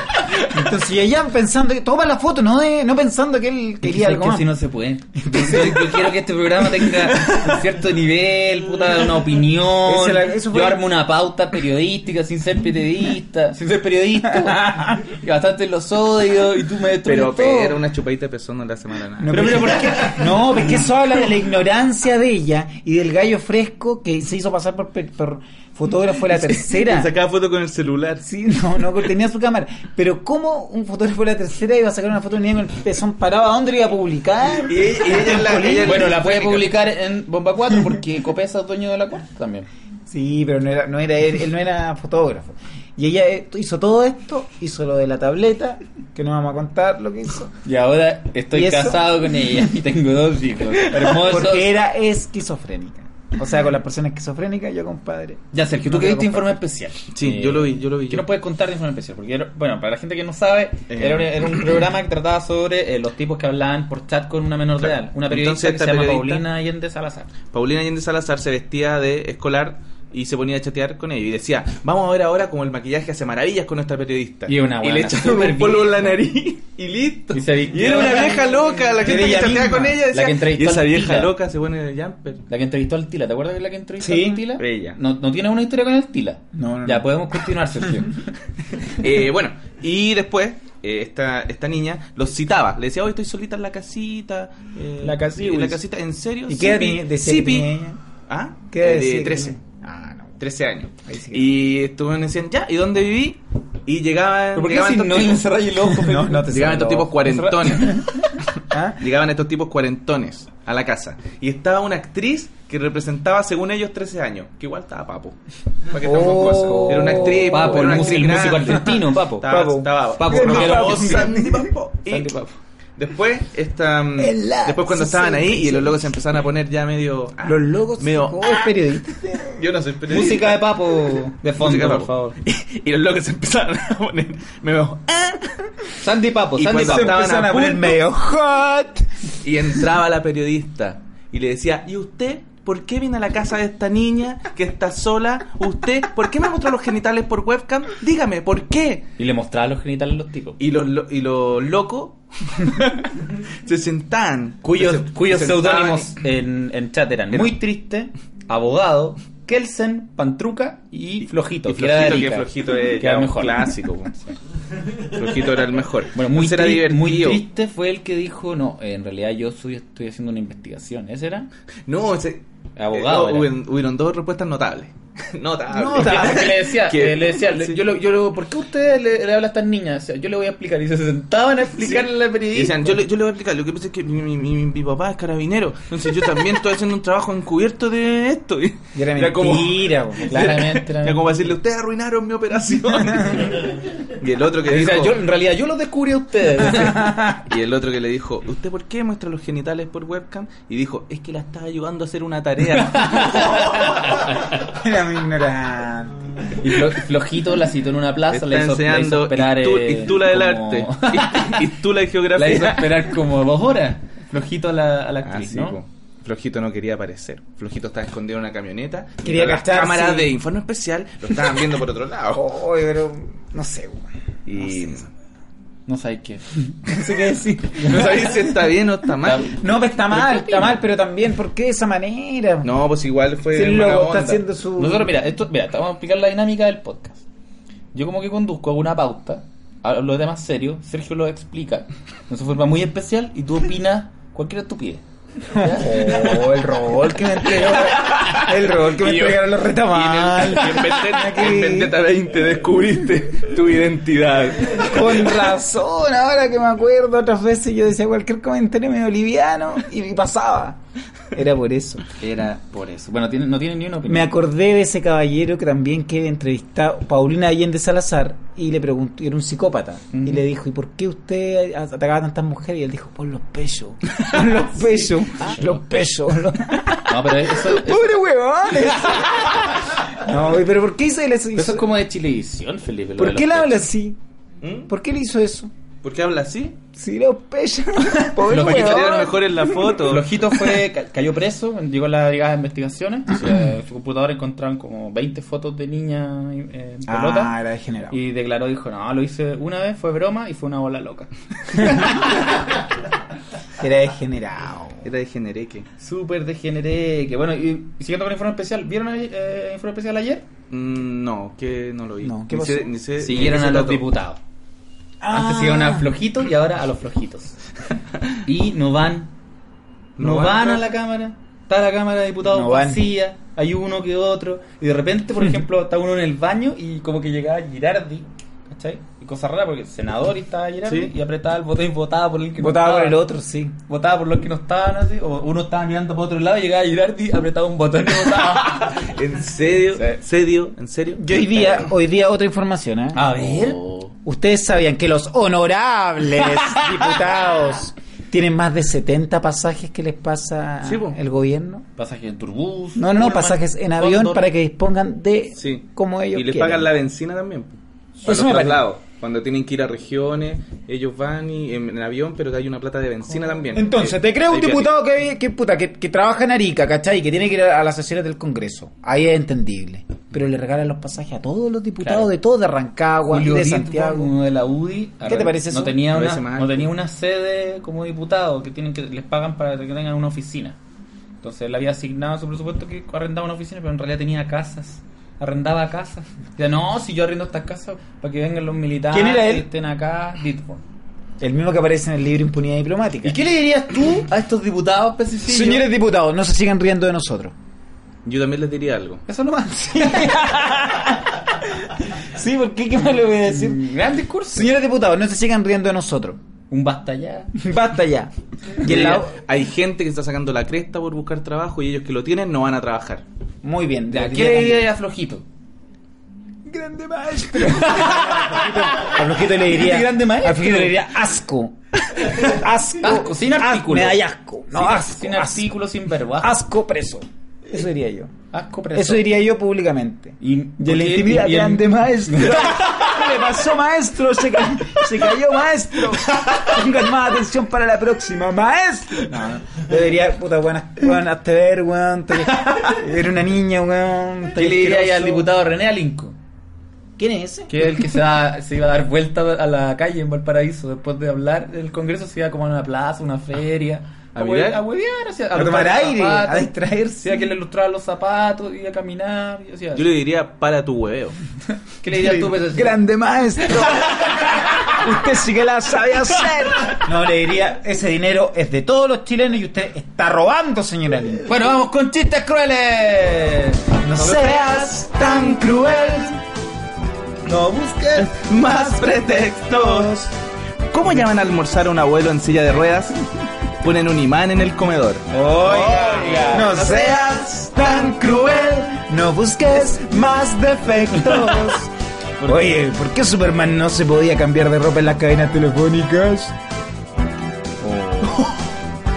S4: Entonces y allá pensando, que toma la foto, no de- no pensando que él quería
S3: Es
S4: algo
S3: que
S4: más.
S3: si no se puede. Entonces, yo quiero que este programa tenga un cierto nivel, puta, una opinión.
S4: Esa la- eso fue-
S3: Yo armo una pauta periodística sin ser periodista, sin ser periodista. y bastante los odios y tú me destruyes
S5: Pero,
S3: todo.
S5: pero una chupadita de pezón no le hace mal a nada.
S4: No,
S3: Pero
S4: pero-
S3: mira, ¿por
S4: No, porque eso habla de la ignorancia de ella y del gallo fresco que se hizo pasar por, pe- por fotógrafo de la tercera.
S5: Se sacaba foto con el celular.
S4: Sí, no, no, que tenía su cámara. Pero ¿cómo un fotógrafo de la tercera iba a sacar una foto de un niño con el pezón parado? ¿A dónde lo iba a publicar?
S5: Y, y ella es la, ella es
S3: bueno, la puede
S5: esquizofrénica.
S3: publicar en Bomba 4 porque Copesa es dueño de la cuarta también.
S4: Sí, pero no era, no era él, él no era fotógrafo. Y ella eh, hizo todo esto, hizo lo de la tableta, que no vamos a contar lo que hizo.
S3: Y ahora
S4: ¿Y
S3: estoy
S4: eso?
S3: casado con ella y tengo dos hijos hermosos.
S4: Porque era esquizofrénica. O sea, con las personas esquizofrénicas, yo compadre.
S3: Ya, Sergio,
S4: No
S3: tú que
S4: quiero
S3: viste informe
S4: compartir.
S3: especial. Eh,
S5: Sí, yo lo vi, yo lo vi,
S3: ¿Qué
S5: yo.
S3: nos puedes contar de informe especial? Porque, era- bueno, para la gente que no sabe,
S5: Eh.
S3: era, un- era un programa que trataba sobre eh, los tipos que hablaban por chat con una menor
S5: Claro.
S3: de edad. Una periodista
S5: Entonces,
S3: que
S5: esta
S3: se llama
S5: periodista-
S3: Paulina Allende Salazar.
S5: Paulina Allende Salazar se vestía de escolar y se ponía a chatear con ella y decía, vamos a ver ahora cómo el maquillaje hace maravillas con nuestra periodista.
S3: Y una
S5: le
S3: buena,
S5: echaron
S3: súper
S5: un polvo en la
S3: vieja.
S5: nariz y listo.
S3: Y se vistió.
S5: era una vieja loca, la
S3: Era
S5: gente que
S3: ella
S5: chateaba
S3: misma,
S5: con ella
S3: la
S5: decía,
S3: que entrevistó
S5: y esa
S3: al
S5: vieja
S3: Tila".
S5: loca se pone el jumper.
S3: La que entrevistó al Tila, ¿te acuerdas de la que entrevistó
S4: Sí,
S3: al Tila?
S5: ella.
S3: No, no tiene una historia con el Tila.
S4: No, no,
S3: Ya
S4: no.
S3: podemos continuar, Sergio.
S5: Eh, bueno, y después eh, esta, esta niña los citaba. Le decía, hoy estoy solita en la casita. eh,
S4: La casi-
S5: en La casita, ¿en serio?
S4: ¿Y qué edad
S5: Sí,
S4: tenía-
S5: pi-
S4: decía
S5: sí,
S4: que
S5: pi".
S4: tenía ella?
S5: ¿Ah?
S4: ¿Qué edad
S5: Eh,
S4: decía que
S5: 13.
S4: tenía? Ah, no.
S5: 13 años.
S4: Ahí sí que-
S5: Y estuve en decían, ya, ¿y dónde viví? Y llegaban,
S3: ¿Pero por qué
S5: llegaban
S3: si
S5: estos
S3: no le
S5: tipos,
S3: cerráis el ojo?
S4: No, no te
S5: llegaban
S4: cerré
S5: estos
S4: los
S5: tipos
S4: ojos.
S5: cuarentones.
S4: ¿Ah?
S5: llegaban estos tipos cuarentones a la casa. Y estaba una actriz que representaba, según ellos, 13 años. Que igual estaba papo. Para que estamos con cosas. Oh. Era una actriz,
S3: Papo,
S5: era
S3: el
S5: una
S3: músico,
S5: actriz
S3: el músico
S5: grande.
S3: argentino, Papo.
S5: Estaba-
S4: Papo.
S5: estaba-
S3: Papo,
S5: Era
S3: Rogelio
S5: Papo,
S3: Bossi.
S5: Sandy Papo. Y
S3: Sandy Papo.
S5: Después, esta, mm,
S4: El lazo
S5: después cuando estaban ahí y los locos se empezaron a poner ya medio... ah,
S4: Los logos
S5: medio...
S4: oh,
S5: ah,
S4: es periodista.
S5: yo no soy periodista.
S3: Música de Papo de fondo,
S5: Música de
S3: por
S5: Papo.
S3: favor.
S5: Y los locos se empezaron a poner medio... ah,
S3: Sandy Papo,
S5: Y
S3: Sandy
S5: cuando
S3: Papo.
S5: se- Estaban
S4: Empezaron
S5: a
S4: a poner
S5: punto.
S4: medio hot.
S5: Y entraba la periodista y le decía, ¿y usted por qué viene a la casa de esta niña que está sola? ¿Usted por qué me mostró los genitales por webcam? Dígame, ¿por qué?
S3: Y le mostraba los genitales a los tipos.
S5: Y los, lo- y los locos se sentaban.
S3: cuyos,
S5: se-
S3: cuyos
S5: se sentaban
S3: seudónimos en, en chat eran
S5: Era-
S3: muy triste, abogado, Kelsen, Pantruca y Flojito,
S5: y
S3: que era de
S5: flojito, que
S3: Arica,
S5: flojito es
S3: que era
S5: ya un
S3: mejor.
S5: clásico. po. Flojito era el mejor.
S3: Bueno, muy,
S5: Entonces era
S3: tri-
S5: divertido.
S3: muy triste fue el que dijo, no, en realidad yo soy- estoy haciendo una investigación, ¿ese era?
S5: No, ese,
S3: Abogado
S5: eh,
S3: era.
S5: hubieron, hubieron dos respuestas notables. Notable.
S3: No, o sea, porque le decía,
S5: ¿Qué?
S3: eh, le decía le-
S5: Ah, Sí.
S3: yo, lo, yo lo- ¿por qué usted le, le habla a estas niñas? O sea, yo le voy a explicar. Y se sentaban a explicarle a la
S5: Y
S3: periodista.
S5: decían, yo, le- yo le voy a explicar, lo que pasa es que mi, mi- mi- mi papá es carabinero, entonces yo también estoy haciendo un trabajo encubierto de esto. Y
S4: Y era
S5: como,
S4: mentira, po.
S3: Claramente,
S5: era como decirle, ustedes arruinaron mi operación. y el otro que
S3: Y
S5: dijo,
S3: decía, yo, en realidad yo los descubrí a ustedes.
S5: y el otro que le dijo, ¿usted por qué muestra los genitales por webcam? Y dijo, es que la estaba ayudando a hacer una tarea.
S4: Era muy ignorante.
S3: y flo- flojito la citó en una
S5: Me
S3: plaza,
S5: está
S3: la hizo, la hizo
S5: enseñando
S3: esperar.
S5: histu-
S3: eh,
S5: histula del
S3: como-
S5: arte, histu- histula de
S3: La hizo
S5: geografía.
S3: esperar como dos horas. Flojito a la, a la
S5: Ah,
S3: actriz,
S5: sí,
S3: ¿no?
S5: po. Flojito no quería aparecer. Flojito estaba escondido en una camioneta.
S4: Quería
S5: Mientras las
S4: gastar,
S5: cámaras
S4: sí.
S5: de informe especial lo estaban viendo por otro lado.
S4: Oh, pero no sé, weón.
S5: Y
S3: No sabes qué.
S4: No sé qué decir.
S5: no sabía si está bien o está mal.
S4: No, pues está mal, está mal, pero también, ¿por qué de esa manera?
S5: No, pues igual fue.
S4: si el
S5: mala
S4: loco
S5: onda.
S4: está haciendo su.
S3: Nosotros, mira, esto, mira, te vamos a explicar la dinámica del podcast. Yo como que conduzco, hago una pauta, hablo de temas serios, Sergio lo explica de su forma muy especial y tú opinas cualquier estupidez.
S4: Oh, el rol que me entregó. El rol que me
S5: Y yo-
S4: entregaron los
S5: Y en,
S4: retamal.
S5: y en Vendetta-
S4: Aquí.
S5: en Vendetta 20 descubriste tu identidad.
S4: Con razón, ahora que me acuerdo, otras veces yo decía cualquier comentario medio liviano y me pasaba. Era por eso.
S3: Era por eso. Bueno, tiene- no tiene ni una opinión.
S4: Me acordé de ese caballero que también que entrevistado, Paulina Allende Salazar, y le preguntó, era un psicópata, y
S3: Ujú.
S4: le dijo, ¿y por qué usted atacaba a tantas mujeres? Y él dijo, por los pechos, por los pechos, los pechos. los-
S3: No, pero eso, eso,
S4: ¡Pobre ¿ah? huevones! no, pero ¿por qué hizo él eso?
S3: eso es como de Chilevisión, Felipe. lo de
S4: ¿Por
S3: los
S4: qué le habla
S3: pechos.
S4: así?
S5: ¿Mm?
S4: ¿Por qué le hizo eso?
S5: ¿Por qué habla así?
S4: Si los pechos, pobre
S3: Los
S5: Para que
S4: huevón.
S5: salieran mejor en la foto.
S3: Flojito fue, ca- cayó preso, llegó a la brigada de investigaciones, o sea, en su computadora encontraron como 20 fotos de niña eh, en pelota.
S4: Ah, era degenerado.
S3: Y declaró, dijo, no, lo hice una vez, fue broma y fue una bola loca.
S4: Era degenerado.
S5: Era de genereque.
S3: Súper degeneré. Que bueno, y siguiendo con el informe especial, ¿vieron el eh, informe especial ayer?
S5: Mm, No, que no lo vi.
S4: No, ¿qué
S5: Ni
S4: pasó?
S5: sé- ni sé- ni
S3: Siguieron
S5: sé
S3: a los
S5: tanto.
S3: diputados. Antes siguieron
S4: Ah.
S3: a flojitos y ahora a los flojitos. y no van. No,
S5: No van
S3: van
S5: acá.
S3: a la Cámara. Está la Cámara de Diputados
S4: No van.
S3: vacía. Hay uno que otro. Y de repente, por ejemplo, está uno en el baño y como que llegaba Girardi. ¿Cachai? Y cosa rara porque el senador y estaba Girardi
S5: Sí.
S3: y apretaba el botón y votaba por el que no
S4: Votaba por
S3: estaba.
S4: el otro, sí.
S3: votaba por los que no estaban así, o uno estaba mirando para otro lado y llegaba Girardi, apretaba un botón y votaba.
S5: ¿En serio?
S3: Sí.
S5: ¿Serio? ¿En serio?
S4: Yo hoy
S5: Eh.
S4: día, hoy día otra información, ¿eh?
S3: A ver.
S4: Ustedes sabían que los honorables diputados tienen más de 70 pasajes que les pasa
S5: Sí, po.
S4: el gobierno.
S3: Pasajes en turbús.
S4: No, no, no, pasajes en avión para que dispongan de
S5: Sí.
S4: como ellos
S5: Y les
S4: quieran.
S5: pagan la bencina también. po. Para
S4: Eso me
S5: los
S4: parece.
S5: traslados. Cuando tienen que ir a regiones, ellos van y, en, en avión, pero hay una plata de bencina también.
S4: Entonces,
S5: Eh,
S4: te creo un
S5: hay viático.
S4: diputado que, que, puta, que, que trabaja en Arica, ¿cachai? Que tiene que ir a, a las sesiones del Congreso. Ahí es entendible. Pero le regalan los pasajes a todos los diputados
S3: Claro.
S4: de todo, de Rancagua,
S3: Julio
S4: de
S3: Vitt,
S4: Santiago.
S3: uno de la UDI.
S4: ¿Qué te parece eso?
S3: No tenía,
S5: Me
S3: una,
S5: parece mal.
S3: no tenía una sede como diputado, que tienen que les pagan para que tengan una oficina. Entonces él había asignado su presupuesto que arrendaba una oficina, pero en realidad tenía casas. Arrendaba casas. Decía, no, si yo arrendo estas casas para que vengan los militares
S4: ¿Quién era él?
S3: que estén acá, Ditford.
S4: El mismo que aparece en el libro Impunidad Diplomática.
S3: ¿Y qué le dirías tú a estos diputados específicos?
S4: Señores diputados, no se sigan riendo de nosotros.
S5: Yo también les diría algo.
S3: Eso nomás.
S4: Sí, ¿por qué? ¿Qué más le voy a decir?
S3: Mm, Gran discurso.
S4: Señores diputados, no se sigan riendo de nosotros.
S3: Un basta ya.
S4: Basta ya. Y en la-
S5: Hay gente que está sacando la cresta por buscar trabajo y ellos que lo tienen no van a trabajar.
S4: Muy bien.
S3: Ya, ¿Qué le diría a Flojito?
S4: Grande maestro. A Flojito le diría.
S3: Grande maestro.
S4: A Flojito le diría asco. Asco.
S3: Asco, sin
S4: As-
S3: artículo.
S4: Me da asco. No,
S3: sin,
S4: asco.
S3: Sin
S4: asco.
S3: artículo, sin vergüenza.
S4: Asco preso. Eso diría yo.
S3: Asco preso.
S4: Eso diría yo públicamente.
S3: Y-
S4: de la
S3: y-
S4: intimidad,
S3: y- y-
S4: grande maestro. ¿Qué le pasó, maestro? Se, ca- se cayó, maestro. Pongan más atención para la próxima, maestro. No, no. Yo diría, puta, weón, weón, hazte ver, weón. te- Era una niña, weón.
S3: ¿Qué le diría ahí al diputado René Alinco?
S4: ¿Quién es ese?
S3: Que es el que se, va- se iba a dar vuelta a la calle en Valparaíso después de hablar del Congreso, se iba como a una plaza, una feria.
S5: ¿A
S3: hue-
S5: mirar?
S3: a huevear, hacia-
S4: A
S3: lustrar
S4: tomar
S3: los
S4: aire,
S3: zapatos.
S4: a distraerse.
S3: Sí, a que le ilustraba los zapatos, y a caminar. y hacía-
S5: Yo le diría, para tu hueveo.
S3: ¿Qué le dirías tú, Pepe?
S4: Grande maestro.
S6: Usted sí que la sabe hacer.
S4: No, le diría, ese dinero es de todos los chilenos y usted está robando, señora Linda.
S3: Bueno, vamos con chistes crueles.
S4: No
S5: Seas tan cruel,
S4: No busques.
S5: más pretextos. ¿Cómo llaman a almorzar a un abuelo en silla de ruedas? Ponen un imán en el comedor.
S4: Oiga. No seas tan cruel. No busques más defectos. Oye, ¿por qué Superman no se podía cambiar de ropa en las cadenas telefónicas?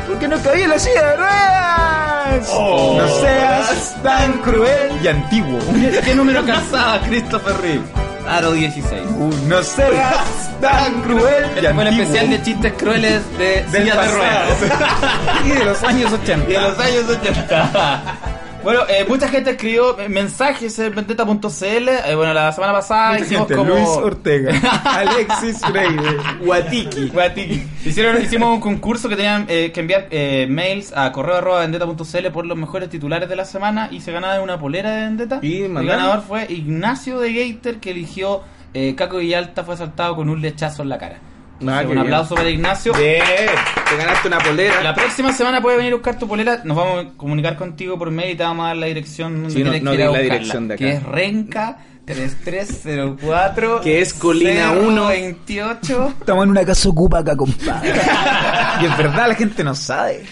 S4: Porque no cabía en la silla de ruedas. No seas tan cruel Oh. y antiguo.
S3: ¿Qué número alcanzaba Christopher Reeve? Aro 16.
S4: No seas tan cruel y
S3: Este fue el
S4: antiguo.
S3: especial de chistes crueles de silla
S4: Del
S3: de
S4: pasado.
S3: ruedas.
S4: Y de los años 80.
S3: de los años 80. Bueno, eh, mucha gente escribió eh, mensajes en vendetta.cl. eh, bueno, la semana pasada
S4: Mucha
S3: hicimos
S4: gente,
S3: como.
S4: Luis Ortega, Alexis Freire, Guatiki.
S3: Guatiki. Hicieron, hicimos un concurso que tenían eh, que enviar eh, mails a correo arroba vendetta.cl por los mejores titulares de la semana y se ganaba una polera de vendetta.
S5: Y
S3: el
S5: mandaron.
S3: ganador fue Ignacio de Gator que eligió eh, Caco Villalta fue asaltado con un lechazo en la cara.
S5: Ah,
S3: Así que
S5: qué
S3: un
S5: bien.
S3: aplauso para Ignacio.
S5: Te ganaste una polera.
S3: La próxima semana puedes venir a buscar tu polera. Nos vamos a comunicar contigo por mail y te vamos a dar la dirección. donde
S5: Sí, no-
S3: tienes
S5: no
S3: que ir a
S5: di la
S3: buscarla,
S5: dirección de acá.
S3: Que es Renca 3304.
S5: Que es Colina 1.
S3: 28.
S6: Estamos en una casa ocupa acá, compadre.
S4: Y en verdad la gente no sabe.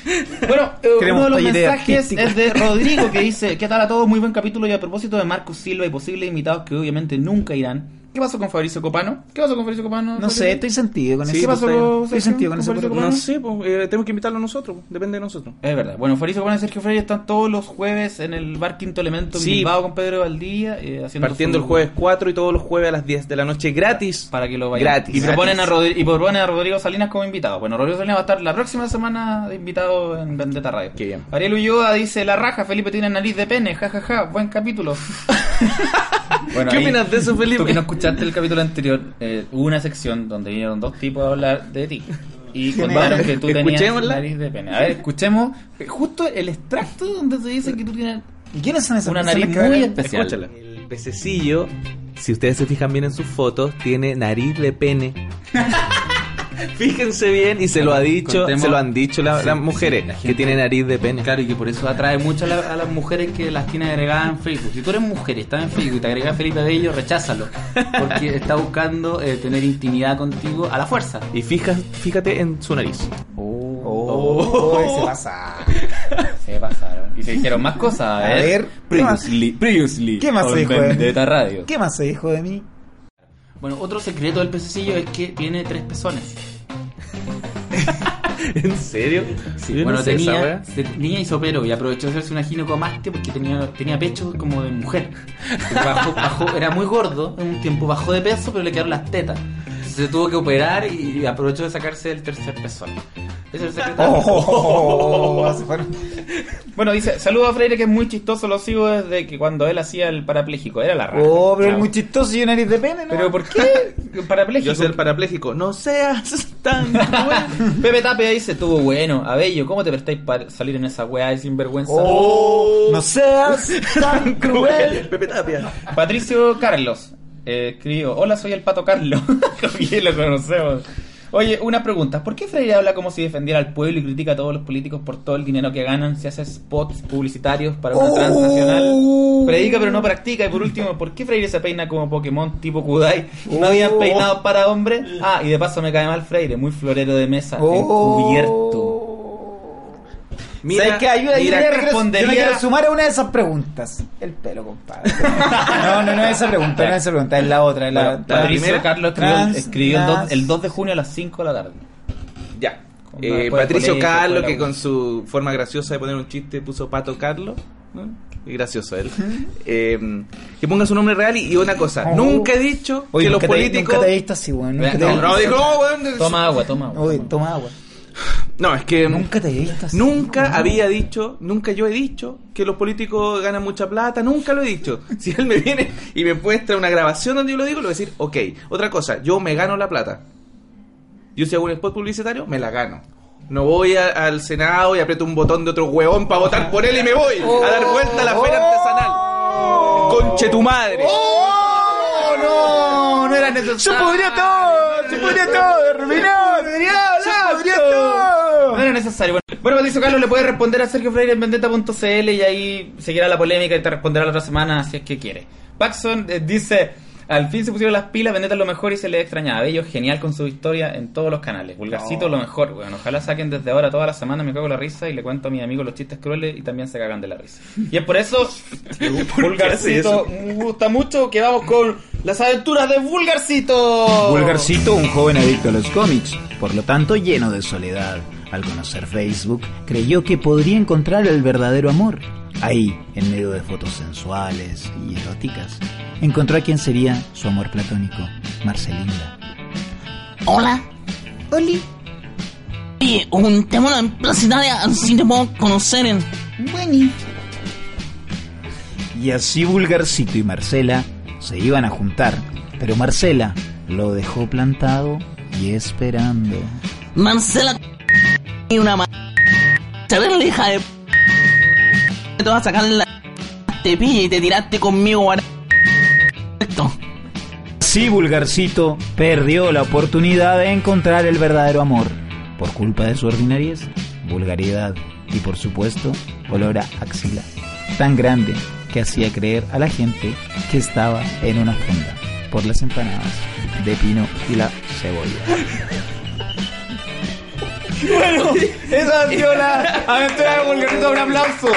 S3: Bueno, eh,
S4: Queremos
S3: uno de los
S4: talleres
S3: mensajes
S4: artísticos.
S3: es de Rodrigo que dice: ¿Qué tal a todos? Muy buen capítulo. Y a propósito de Marcos Silva y posibles invitados que obviamente nunca irán. ¿Qué pasó con Fabricio Copano? ¿Qué pasó con Fabricio Copano?
S4: No sé, estoy sentido con
S5: Sí,
S4: eso.
S3: ¿Qué pasó con
S4: Estoy
S3: Sergio?
S4: sentido con ese
S3: ¿Con Fabricio
S4: polvo.
S5: No sé, pues, eh, tenemos que invitarlo nosotros. pues, Depende de nosotros.
S3: Es verdad. Bueno, Fabricio Copano y Sergio Freire están todos los jueves en el bar Quinto Elemento en
S5: Sí.
S3: Bilbao con Pedro Valdía. eh, haciendo
S5: Partiendo
S3: su-
S5: el jueves 4 y todos los jueves a las 10 de la noche gratis.
S3: para que lo vayan.
S5: Gratis.
S3: Y proponen, a
S5: Gratis.
S3: Rodri- y proponen a Rodrigo Salinas como invitado. Bueno, Rodrigo Salinas va a estar la próxima semana de invitado en Vendetta Radio.
S5: Qué bien.
S3: Ariel Ulloa dice, la raja, Felipe tiene nariz de pene, jajaja, buen capítulo.
S5: ¿Qué opinas de eso,
S3: Tú
S5: Felipe?
S3: que no escuchaste el capítulo anterior, eh, hubo una sección donde vinieron dos tipos a hablar de ti. Y contaron que tú tenías
S5: Escuchémosla.
S3: nariz de pene. A ver, escuchemos eh, justo el extracto donde te dice que tú tienes...
S4: ¿Y quiénes son esas
S3: Una
S4: personas
S3: nariz
S4: que
S3: muy
S4: hablan?
S3: especial.
S5: Escúchala. El pececillo, si ustedes se fijan bien en sus fotos, tiene nariz de pene. Fíjense bien y se lo ha dicho,
S3: Contemos.
S5: se lo han dicho la-
S3: Sí,
S5: las mujeres
S3: sí, la gente.
S5: que tiene nariz de pene.
S3: Claro, y que por eso atrae mucho a, la- a las mujeres que las tiene agregadas en Facebook. Si tú eres mujer y estás en Facebook y te agrega Felipe Bello, recházalo. Porque está buscando eh, tener intimidad contigo a la fuerza.
S5: Y fija, fíjate en su nariz.
S4: Oh, ese pasa.
S3: Se pasaron. Y se dijeron más cosas. ¿eh?
S4: A ver, ¿qué más,
S3: previously.
S4: ¿Qué más
S3: on
S4: se dijo de mí?
S3: Vendetta Radio.
S4: ¿Qué más se dijo de mí?
S3: Bueno, otro secreto del pececillo es que tiene tres pezones.
S5: ¿En serio?
S3: Sí,
S5: Yo no
S3: bueno,
S5: sé esa
S3: tenía,
S5: wea.
S3: se- tenía isopero y aprovechó de hacerse una ginecomastia porque tenía, tenía pecho como de mujer. Bajó, bajó- era muy gordo en un tiempo, bajó de peso, pero le quedaron las tetas. Se tuvo que operar y aprovechó de sacarse el tercer pezón. Ese es el secreto.
S4: Oh, se fueron.
S3: Bueno, dice, saludo a Freire que es muy chistoso, lo sigo desde que cuando él hacía el parapléjico, era la raja.
S4: Oh, pero es
S3: Chao.
S4: muy chistoso y una nariz de pene, ¿no?
S3: Pero ¿por qué parapléjico?
S5: Yo soy el parapléjico. No seas tan cruel.
S3: Pepe Tapia dice, estuvo bueno, Abello, ¿cómo te prestáis para salir en esa weá de sinvergüenza?
S4: Oh, no seas tan cruel.
S5: Pepe Tapia.
S3: Patricio Carlos eh, escribió: Hola, soy el pato Carlos. Bien lo conocemos. Oye, una pregunta. ¿Por qué Freire habla como si defendiera al pueblo y critica a todos los políticos por todo el dinero que ganan si hace spots publicitarios para una transnacional? Predica pero no practica. Y por último, ¿por qué Freire se peina como Pokémon tipo Kudai? No habían peinado para hombre. Ah, y de paso me cae mal Freire, muy florero de mesa,
S4: Oh.
S3: encubierto.
S5: Mira,
S4: ¿Sabes qué? Hay una
S3: mira,
S4: yo me quiero-
S3: respondería-
S4: Yo me quiero sumar a una de esas preguntas. El pelo, compadre. No, no, no es esa pregunta, no es esa pregunta, es la otra. Es la,
S5: Bueno, la
S3: Patricio
S5: primera,
S3: Carlos escribió,
S4: trans-
S3: escribió el, dos-
S4: trans-
S3: el 2 de junio a las 5 de la tarde.
S5: Ya.
S3: Con
S5: Eh,
S3: una- después
S5: Patricio
S3: del colegio, después
S5: Carlos,
S3: de la
S5: que
S3: U.
S5: con su forma graciosa de poner un chiste puso Pato Carlos. ¿no? Y gracioso él. Eh, que ponga su nombre real y, y una cosa.
S4: Oh.
S5: Nunca he dicho
S4: Oye,
S5: que los
S4: nunca te-
S5: políticos.
S4: Nunca te he visto así, weón. nunca
S3: Vean,
S4: te he
S5: No,
S4: visto
S5: no,
S4: así.
S5: digo, "Oh, bueno".
S3: Toma agua, toma agua.
S4: Oye, toma agua.
S5: No, es que nunca,
S4: Nunca te he visto así.
S5: había dicho, nunca yo he dicho que los políticos ganan mucha plata, nunca lo he dicho. Si él me viene y me muestra una grabación donde yo lo digo, le voy a decir, ok, otra cosa, yo me gano la plata. Yo si hago un spot publicitario, me la gano. No voy a- al Senado y aprieto un botón de otro huevón para votar por él y me voy a dar vuelta a la feria artesanal. Conche tu madre.
S4: ¡Oh, no! No era necesario. ¡Yo podría todo!
S5: Yo
S4: pudrió todo, Ruminón. Se pudrió todo.
S3: No era necesario. Bueno, bueno Patricio Carlos le puede responder a Sergio Freire en vendetta.cl y ahí seguirá la polémica y te responderá la otra semana si es que quiere. Paxson eh, dice: Al fin se pusieron las pilas, Vendetta es lo mejor y se le extrañaba. Bello, genial con su historia en todos los canales. Vulgarcito, lo mejor, weón. Ojalá saquen desde ahora toda la semana, me cago en la risa y le cuento a mis amigos los chistes crueles y también se cagan de la risa. Y es por eso, Vulgarcito, me gusta mucho que vamos con las aventuras de Vulgarcito.
S7: Vulgarcito, un joven adicto a los cómics, por lo tanto lleno de soledad. Al conocer Facebook, creyó que podría encontrar el verdadero amor. Ahí, en medio de fotos sensuales y eróticas, encontró a quien sería su amor platónico, Marcelinda.
S8: Hola. Oli. Oye, un tema de placitaria, así te puedo conocer en...
S6: Bueno.
S7: Y así Vulgarcito y Marcela se iban a juntar, pero Marcela lo dejó plantado y esperando.
S8: Marcela y una ma... Terrible hija de... Te vas a sacar la... Te pilla y te tiraste conmigo, guarda- Esto.
S7: Sí, Vulgarcito perdió la oportunidad de encontrar el verdadero amor. Por culpa de su ordinariez, vulgaridad y por supuesto olor a axila. Tan grande que hacía creer a la gente que estaba en una fonda por las empanadas de pino y la cebolla.
S3: Esa ha sido la aventura de Vulgarito. Un aplauso.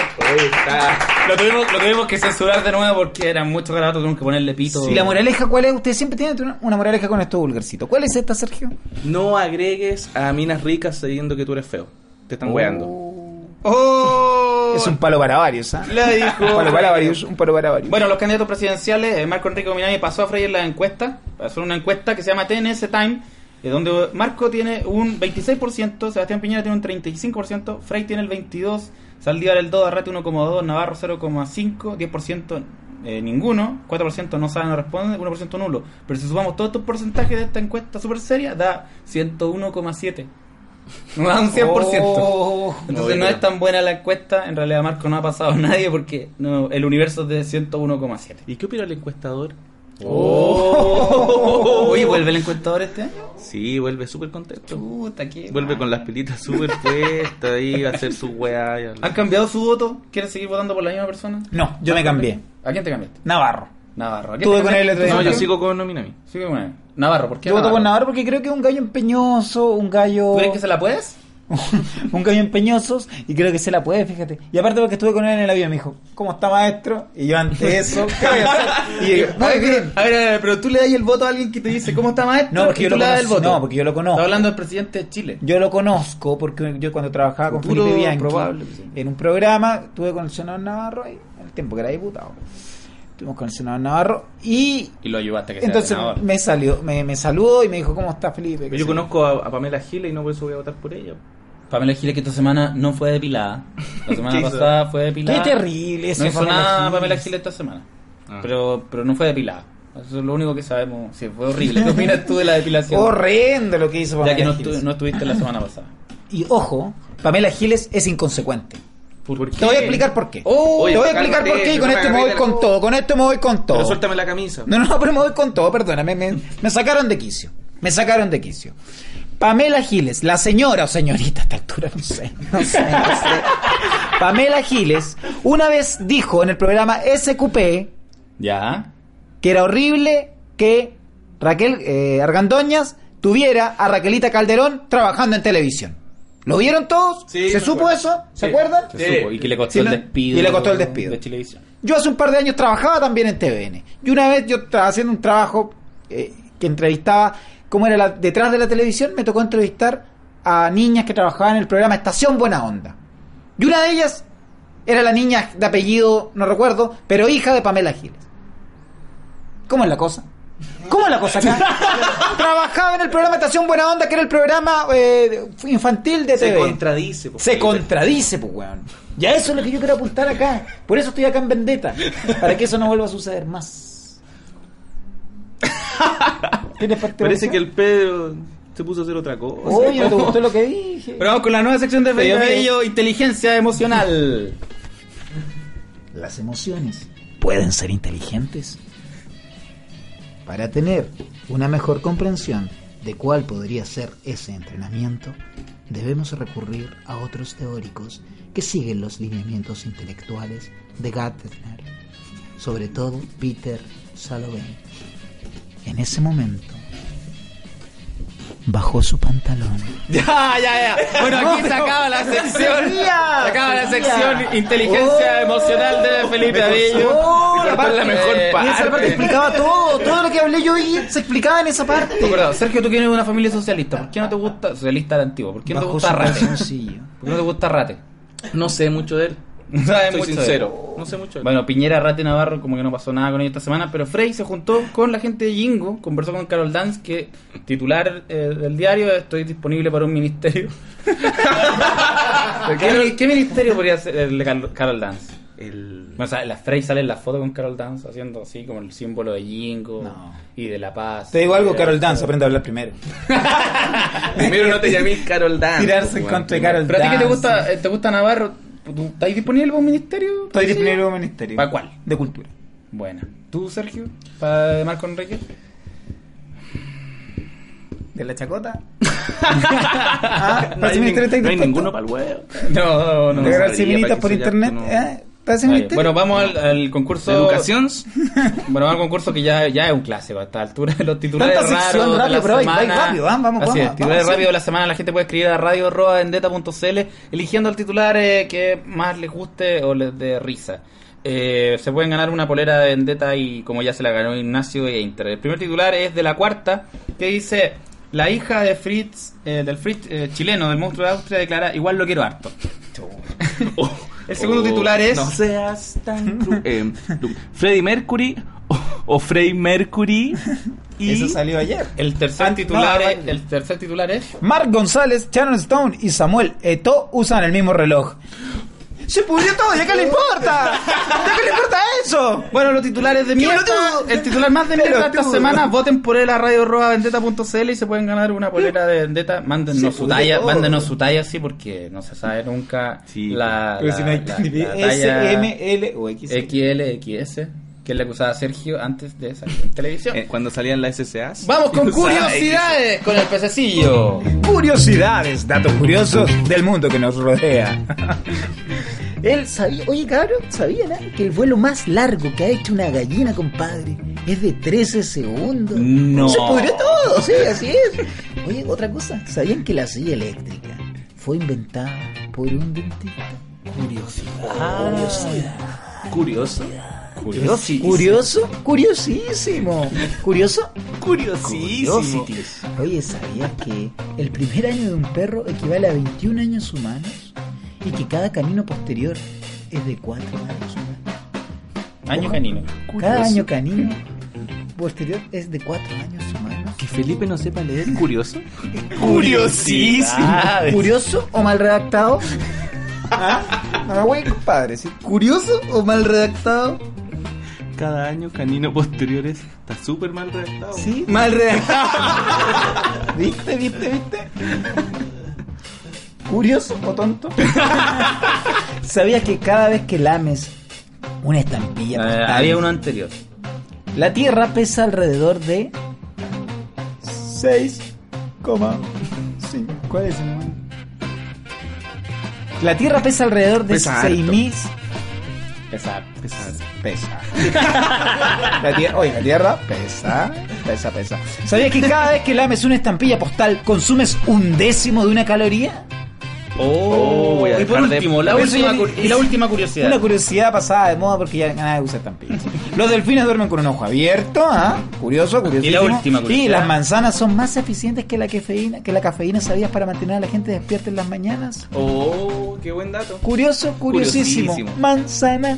S3: Lo tuvimos, lo tuvimos que censurar de nuevo porque eran muchos garabatos. Tuvimos que ponerle pito.
S4: ¿Y la moraleja cuál es? Ustedes siempre tienen una- una moraleja con esto, Vulgarcito. ¿Cuál es esta, Sergio?
S5: No agregues a minas ricas sabiendo que tú eres feo. Te están weando.
S3: ¡Oh!
S7: Es un palo para varios, ¿ah?
S3: La dijo.
S7: Un palo para varios, un palo para varios.
S3: Bueno, los candidatos presidenciales, eh, Marco Enrique Minami pasó a freír la encuesta, pasó una encuesta que se llama TNS Time, eh, donde Marco tiene un 26%, Sebastián Piñera tiene un 35%, Frey tiene el 22%, Saldívar el 2, Arrate 1,2, Navarro 0,5, 10% eh, ninguno, 4% no sabe, no responde, 1% nulo. Pero si sumamos todos estos porcentajes de esta encuesta súper seria, da 101,7%. No da un 100%. Entonces Oh, no es tan buena la encuesta, en realidad Marco no ha pasado a nadie porque no, el universo es de 101,7.
S5: ¿Y qué opina el encuestador?
S3: Oye, ¿vuelve el encuestador este año?
S5: Sí, vuelve súper contento.
S3: Puta, qué
S5: Vuelve
S3: mal.
S5: con las pilitas súper puestas ahí, va a hacer su weá. y hablar.
S3: ¿Han cambiado su voto? ¿Quieren seguir votando por la misma persona?
S4: No, yo me cambié.
S3: ¿A quién te cambiaste?
S4: Navarro.
S3: Navarro. ¿A quién
S4: Estuve
S3: te
S4: con él el
S3: cambiaste?
S4: otro día.
S5: No, yo sigo con Nominami.
S3: Sigue con él. Navarro, ¿por qué?
S4: Yo voto por Navarro porque creo que es un gallo empeñoso, un gallo.
S3: ¿Tú crees que se la puedes?
S4: un gallo empeñosos y creo que se la puede, fíjate. Y aparte porque estuve con él en el avión, me dijo, ¿cómo está maestro? Y yo ante eso, ¿qué voy a hacer? Y yo, muy bien.
S3: A ver, a ver, Eh, pero tú le das el voto a alguien que te dice, ¿cómo está maestro?
S4: No, porque
S3: Y
S4: yo
S3: tú
S4: lo
S3: le das el
S4: conozco.
S3: voto.
S4: No, porque yo lo conozco.
S3: Está hablando del presidente de Chile.
S4: Yo lo conozco porque yo cuando trabajaba con
S3: Futuro
S4: Felipe Bianchi
S3: probable, sí.
S4: en un programa, estuve con el senador Navarro ahí, el tiempo que era diputado. Estuvimos con el senador Navarro y
S3: Y lo ayudaste a que sea
S4: entonces
S3: senador.
S4: me salió, me, me saludó y me dijo, ¿cómo está Felipe? Que
S5: Yo
S4: sí.
S5: conozco a, a Pamela Gila y no por eso voy a votar por ella.
S3: Pamela Giles que esta semana no fue depilada. La semana
S5: ¿Qué hizo?
S3: pasada fue
S4: Qué
S3: depilada.
S4: terrible ese
S3: No hizo
S4: Pamela
S3: nada
S4: Giles.
S3: Pamela Giles esta semana.
S5: Ah.
S3: Pero, pero no fue depilada. Eso es lo único que sabemos. Sí, fue horrible. ¿Qué opinas tú de la depilación?
S4: Horrendo lo que hizo Pamela
S3: Ya que no,
S4: Giles.
S3: estu- no estuviste la semana pasada.
S4: Y ojo, Pamela Giles es inconsecuente.
S5: ¿Por
S4: Te voy a explicar por qué.
S5: Oh,
S4: te voy a
S5: oye,
S4: explicar por
S5: cálmate,
S4: qué y con
S5: pero
S4: esto me voy
S5: Margarita,
S4: con
S5: no.
S4: todo. Con esto me voy con todo.
S5: Pero suéltame la camisa.
S4: No, no, pero me voy con todo, perdóname. Me, me sacaron de quicio. Me sacaron de quicio. Pamela Giles, la señora o señorita a esta altura, no sé. No sé, no sé. Pamela Giles una vez dijo en el programa SQP
S3: Ya.
S4: que era horrible que Raquel eh, Argandoñas tuviera a Raquelita Calderón trabajando en televisión. ¿Lo vieron todos?
S5: Sí,
S4: ¿Se
S5: me
S4: supo
S5: acuerdo.
S4: eso? ¿Se
S5: Sí.
S4: acuerdan?
S5: Sí.
S3: Se supo. Y que le costó
S4: Sí,
S3: el
S4: no-
S3: despido.
S4: y le costó el despido.
S3: De Chilevisión.
S4: Yo hace un par de años trabajaba también en TVN. Y una vez yo estaba haciendo un trabajo eh, que entrevistaba, ¿cómo era? La, detrás de la televisión me tocó entrevistar a niñas que trabajaban en el programa Estación Buena Onda. Y una de ellas era la niña de apellido, no recuerdo, pero hija de Pamela Giles. ¿Cómo es la cosa? ¿Cómo es la cosa acá? Trabajaba en el programa Estación Buena Onda, que era el programa eh, infantil de
S5: Se
S4: TVN.
S5: contradice. po,
S4: Se
S5: Felipe.
S4: contradice, pues, weón. Y a eso es lo que yo quiero apuntar acá. Por eso estoy acá en Vendetta. Para que eso no vuelva a suceder más. ¿Tienes parte
S5: Parece
S4: de
S5: que el Pedro se puso a hacer otra cosa.
S4: Oye, ¿no te gustó lo que dije?
S3: Pero vamos con la nueva sección de Felipe Bello, inteligencia emocional.
S7: Las emociones.
S6: Pueden ser inteligentes.
S7: Para tener una mejor comprensión
S9: de cuál podría ser ese entrenamiento, debemos recurrir a otros teóricos que siguen los lineamientos intelectuales de Gadamer, sobre todo Peter Salovey. En ese momento, bajó su pantalón.
S3: Ya, ya, ya. Bueno, aquí se acaba la sección. Se acaba la
S5: Oh.
S3: sección inteligencia emocional de Felipe Adillo.
S5: Esa
S3: Esta es la mejor
S10: Oh, Y esa parte
S3: parte.
S10: explicaba todo, todo lo que hablé yo y se explicaba en esa parte.
S3: No, perdón, Sergio, tú quieres una familia socialista. ¿Por qué no te gusta socialista al antiguo? ¿Por qué no te
S10: Bajo
S3: gusta
S10: su
S3: Rate?
S10: calzoncillo.
S3: ¿Por qué no te gusta Rate?
S5: No sé mucho de él.
S3: No sabes
S5: Soy
S3: mucho de
S5: sincero. No sé mucho de él.
S3: Bueno, Piñera, Rate Navarro, como que no pasó nada con ellos esta semana, pero Frey se juntó con la gente de Jingo, conversó con Carol Dance, que titular eh, del diario, estoy disponible para un ministerio. ¿Qué, qué ministerio podría ser el de Carol, Carol Dance?
S5: El...
S3: Bueno, o sea, la Frey sale en la foto con Carol Dance haciendo así como el símbolo de Jingo y de la paz.
S4: Te digo algo, Carol Dance, aprende a hablar primero.
S5: Primero no te llamé Carol Dan.
S4: Tirarse en contra de Carol
S3: Pero a ti que
S4: Dance.
S3: te gusta, eh, te gusta Navarro, ¿tú- ¿estás disponible para un ministerio?
S4: Estoy disponible en un ministerio.
S3: ¿Para cuál?
S4: De cultura.
S3: Buena. ¿Tú, Sergio? ¿Para Marco Enrique?
S4: ¿De la chacota?
S5: No hay,
S4: Parece
S5: nin-
S4: que estáis
S5: no hay
S4: dispuesto.
S5: ninguno para el huevo.
S3: No, no,
S4: ¿De
S3: no.
S4: agarrar
S5: sabría, para
S4: seminitas
S5: que
S4: por
S5: se llame,
S4: internet?
S5: no.
S4: ¿Eh? ¿Parece
S3: Está bien.
S4: ministerio?
S3: Bueno, vamos al, al concurso.
S5: Educación.
S3: Bueno, vamos al concurso que ya, ya es un clásico a esta altura. Los titulares
S10: Tanta sección,
S3: raros
S10: rápido,
S3: de la
S10: pero vais-
S3: semana.
S10: vais rápido, ¿ah? Vamos,
S3: Así
S10: vamos,
S3: es,
S10: vamos,
S3: titulares
S10: sí.
S3: rápidos de la semana. La gente puede escribir a radio arroba vendetta.cl eligiendo el titular eh, que más les guste o les dé risa. Eh, se pueden ganar una polera de Vendetta y como ya se la ganó Ignacio e Inter. El primer titular es de la cuarta que dice la hija de Fritz, eh, del Fritz eh, chileno del monstruo de Austria declara igual lo quiero harto. El segundo titular es
S5: No seas tan cru- eh, du- Freddie Mercury o, o Frey Mercury y
S4: Eso salió ayer.
S3: El tercer
S4: Ah,
S3: titular
S4: no,
S3: es,
S4: vale.
S3: el tercer titular es
S4: Mark González, Sharon Stone y Samuel Eto usan el mismo reloj. ¡Se pudrió todo! ¿Ya qué le importa? ¿Ya qué le importa eso?
S3: bueno, los titulares de mierda, el titular más de mierda esta semana, voten por él a radio arroba vendetta.cl y se pueden ganar una polera de vendetta, mándennos su talla, mándenos su talla sí porque no se sabe nunca
S5: Sí,
S3: la,
S4: pues,
S3: la-
S4: Pero si no hay
S3: la-
S4: ni
S3: la
S4: idea.
S3: talla
S4: S, M, L o X.
S3: XL, XS, que es la que usaba Sergio antes de salir en televisión.
S5: eh, cuando salían las SCAs.
S3: Vamos con
S5: Usaba
S3: curiosidades con el pececillo.
S4: Curiosidades, datos curiosos del mundo que nos rodea.
S9: Él sabía, oye cabrón, ¿sabían ah? que el vuelo más largo que ha hecho una gallina, compadre, es de 13 segundos?
S5: No.
S9: Se pudrió todo, sí, así es. Oye, otra cosa, ¿sabían que la silla eléctrica fue inventada por un dentista? Curiosidad.
S5: X. Curioso.
S9: Curiosidad. ¿Curioso? Curiosísimo. ¿Curioso?
S5: Curiosísimo.
S9: Oye, ¿sabías que el primer año de un perro equivale a 21 años humanos? Y que cada camino posterior es de 4 años humanos.
S3: Año canino.
S9: Cada año canino posterior es de 4 años humanos.
S5: Que Felipe no sepa leer curioso. Curiosísimo.
S9: ¿Curioso o mal redactado?
S4: No me
S9: Ah,
S4: voy, compadre. ¿sí?
S9: ¿Curioso o mal redactado?
S5: Cada año canino posteriores está súper mal redactado.
S9: Sí.
S4: Mal redactado. ¿Viste, viste, viste?
S9: ¿Curioso o tonto? ¿Sabías que cada vez que lames una estampilla,
S4: Ah,
S3: Eh,
S9: postal,
S3: había uno anterior.
S9: la tierra pesa alrededor de
S4: 6,5. ¿Cuál es?
S9: La Tierra pesa alrededor de
S5: Pesa harto.
S9: 6.000...
S3: Pesar.
S4: Pesa. La tierra, oye, la tierra pesa, pesa, pesa.
S9: ¿Sabías que cada vez que lames una estampilla postal consumes un décimo de una caloría?
S3: Oh,
S5: voy a
S3: y por
S5: dejar de-
S3: último, la
S4: Eso
S3: última,
S4: ya-
S3: cu- y la última curiosidad.
S4: Una curiosidad pasada de moda porque ya nada de usar estampillas. Los delfines duermen con un ojo abierto, ¿ah? Curioso, curioso.
S3: última
S4: Y
S3: curiosidad.
S4: las manzanas son más eficientes que la cafeína, que la cafeína sabías para mantener a la gente despierta en las mañanas.
S5: Oh, qué buen dato.
S4: Curioso, curiosísimo.
S5: Curiosísimo.
S4: Manzana.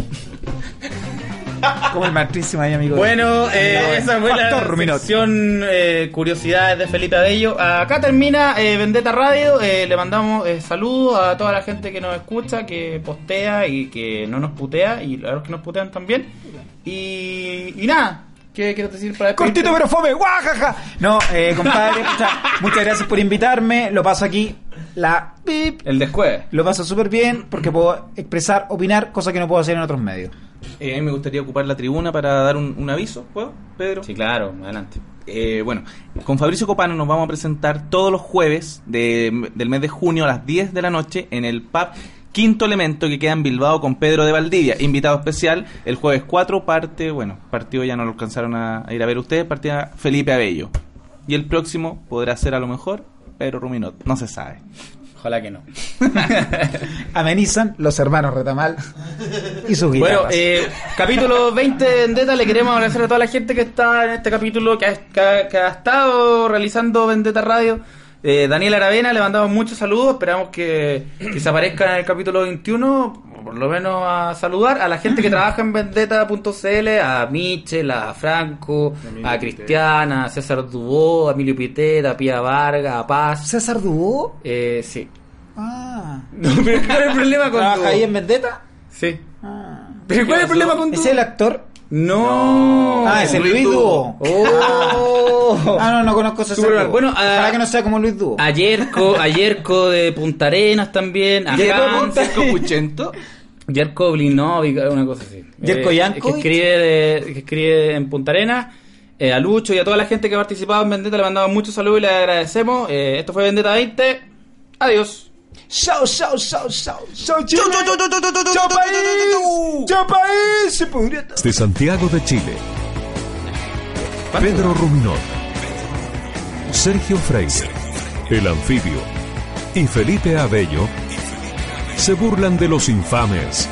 S4: Como el matriz ahí, amigo.
S3: Bueno, eh,
S4: Bueno,
S3: esa fue la
S4: Pastor Ruminot.
S3: sección eh, Curiosidades de Felipe Abello. Acá termina eh, Vendetta Radio. Eh, le mandamos eh, saludos a toda la gente que nos escucha, que postea y que no nos putea, y a los que nos putean también. Y, y nada, ¿qué quiero decir para despedirte?
S4: Cortito pero fome, guajaja. No, eh, compadre, pucha, muchas gracias por invitarme. Lo paso aquí, la pip.
S3: El descueve.
S4: Lo paso súper bien porque puedo expresar, opinar, cosas que no puedo hacer en otros medios.
S5: Eh, a mí me gustaría ocupar la tribuna para dar un, un aviso, ¿puedo, Pedro?
S3: Sí, claro, adelante.
S5: Eh, bueno, con Fabricio Copano nos vamos a presentar todos los jueves de- del mes de junio a las 10 de la noche en el pub Quinto Elemento que queda en Bilbao con Pedro de Valdivia. Invitado especial el jueves 4, parte, bueno, partido ya no lo alcanzaron a, a ir a ver ustedes, partida Felipe Abello. Y el próximo podrá ser a lo mejor Pedro Ruminot, no se sabe.
S3: Ojalá que no.
S4: Amenizan los hermanos Retamal y sus
S3: Bueno,
S4: guitarras.
S3: eh, capítulo 20 de Vendetta, le queremos agradecer a toda la gente que está en este capítulo, que ha, que ha- que ha estado realizando Vendetta Radio. Eh, Daniel Aravena, le mandamos muchos saludos, esperamos que, que se aparezca en el capítulo 21, o por lo menos a saludar a la gente que trabaja en Vendetta.cl, a Michel, a Franco, a Cristiana, a César Dubó, a Emilio Pitera, a Pía Vargas, a Paz.
S4: César Dubó.
S3: Eh, sí.
S4: Ah.
S3: No, pero ¿cuál es el problema con
S4: ¿Trabaja
S3: Dubó?
S4: ahí en Ah. Vendetta?
S3: Sí. ¿Pero cuál es el problema con Dubó?
S4: ¿Es el actor?
S3: No.
S4: ah, es el Luis Dúo.
S3: Oh.
S4: Ah, no, no conozco a César
S3: Super-
S4: Dúo.
S3: bueno,
S4: Ojalá
S3: ah,
S4: que no sea como Luis Dúo.
S3: Ayerco, Ayerco de Punta Arenas también. A Hans,
S5: Puchento?
S3: Yerko Blinovic, una cosa así.
S4: Yerko
S3: Eh,
S4: Yankovic.
S3: Que escribe, de- que escribe en Punta Arenas. eh, a Lucho y a toda la gente que ha participado en Vendetta le mandamos muchos saludos y le agradecemos. Eh, esto fue Vendetta 20. Adiós.
S11: Chao, chao, chao, chao. Chao, Chile. Chao, país. Chao, país. Se pudrió todo.
S1: De Santiago de Chile. Pedro Ruminot. Sergio Freire. El anfibio. Y Felipe Abello. Se burlan de los infames.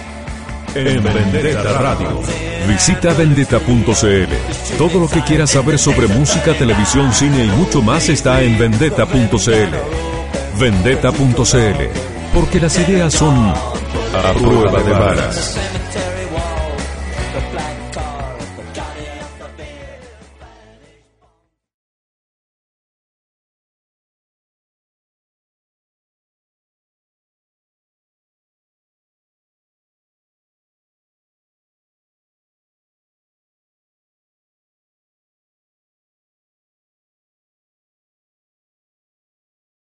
S1: En Vendetta Radio. Visita vendetta.cl. Todo lo que quieras saber sobre música, televisión, cine y mucho más está en vendetta.cl. Vendetta.cl. Porque las ideas son a prueba de varas.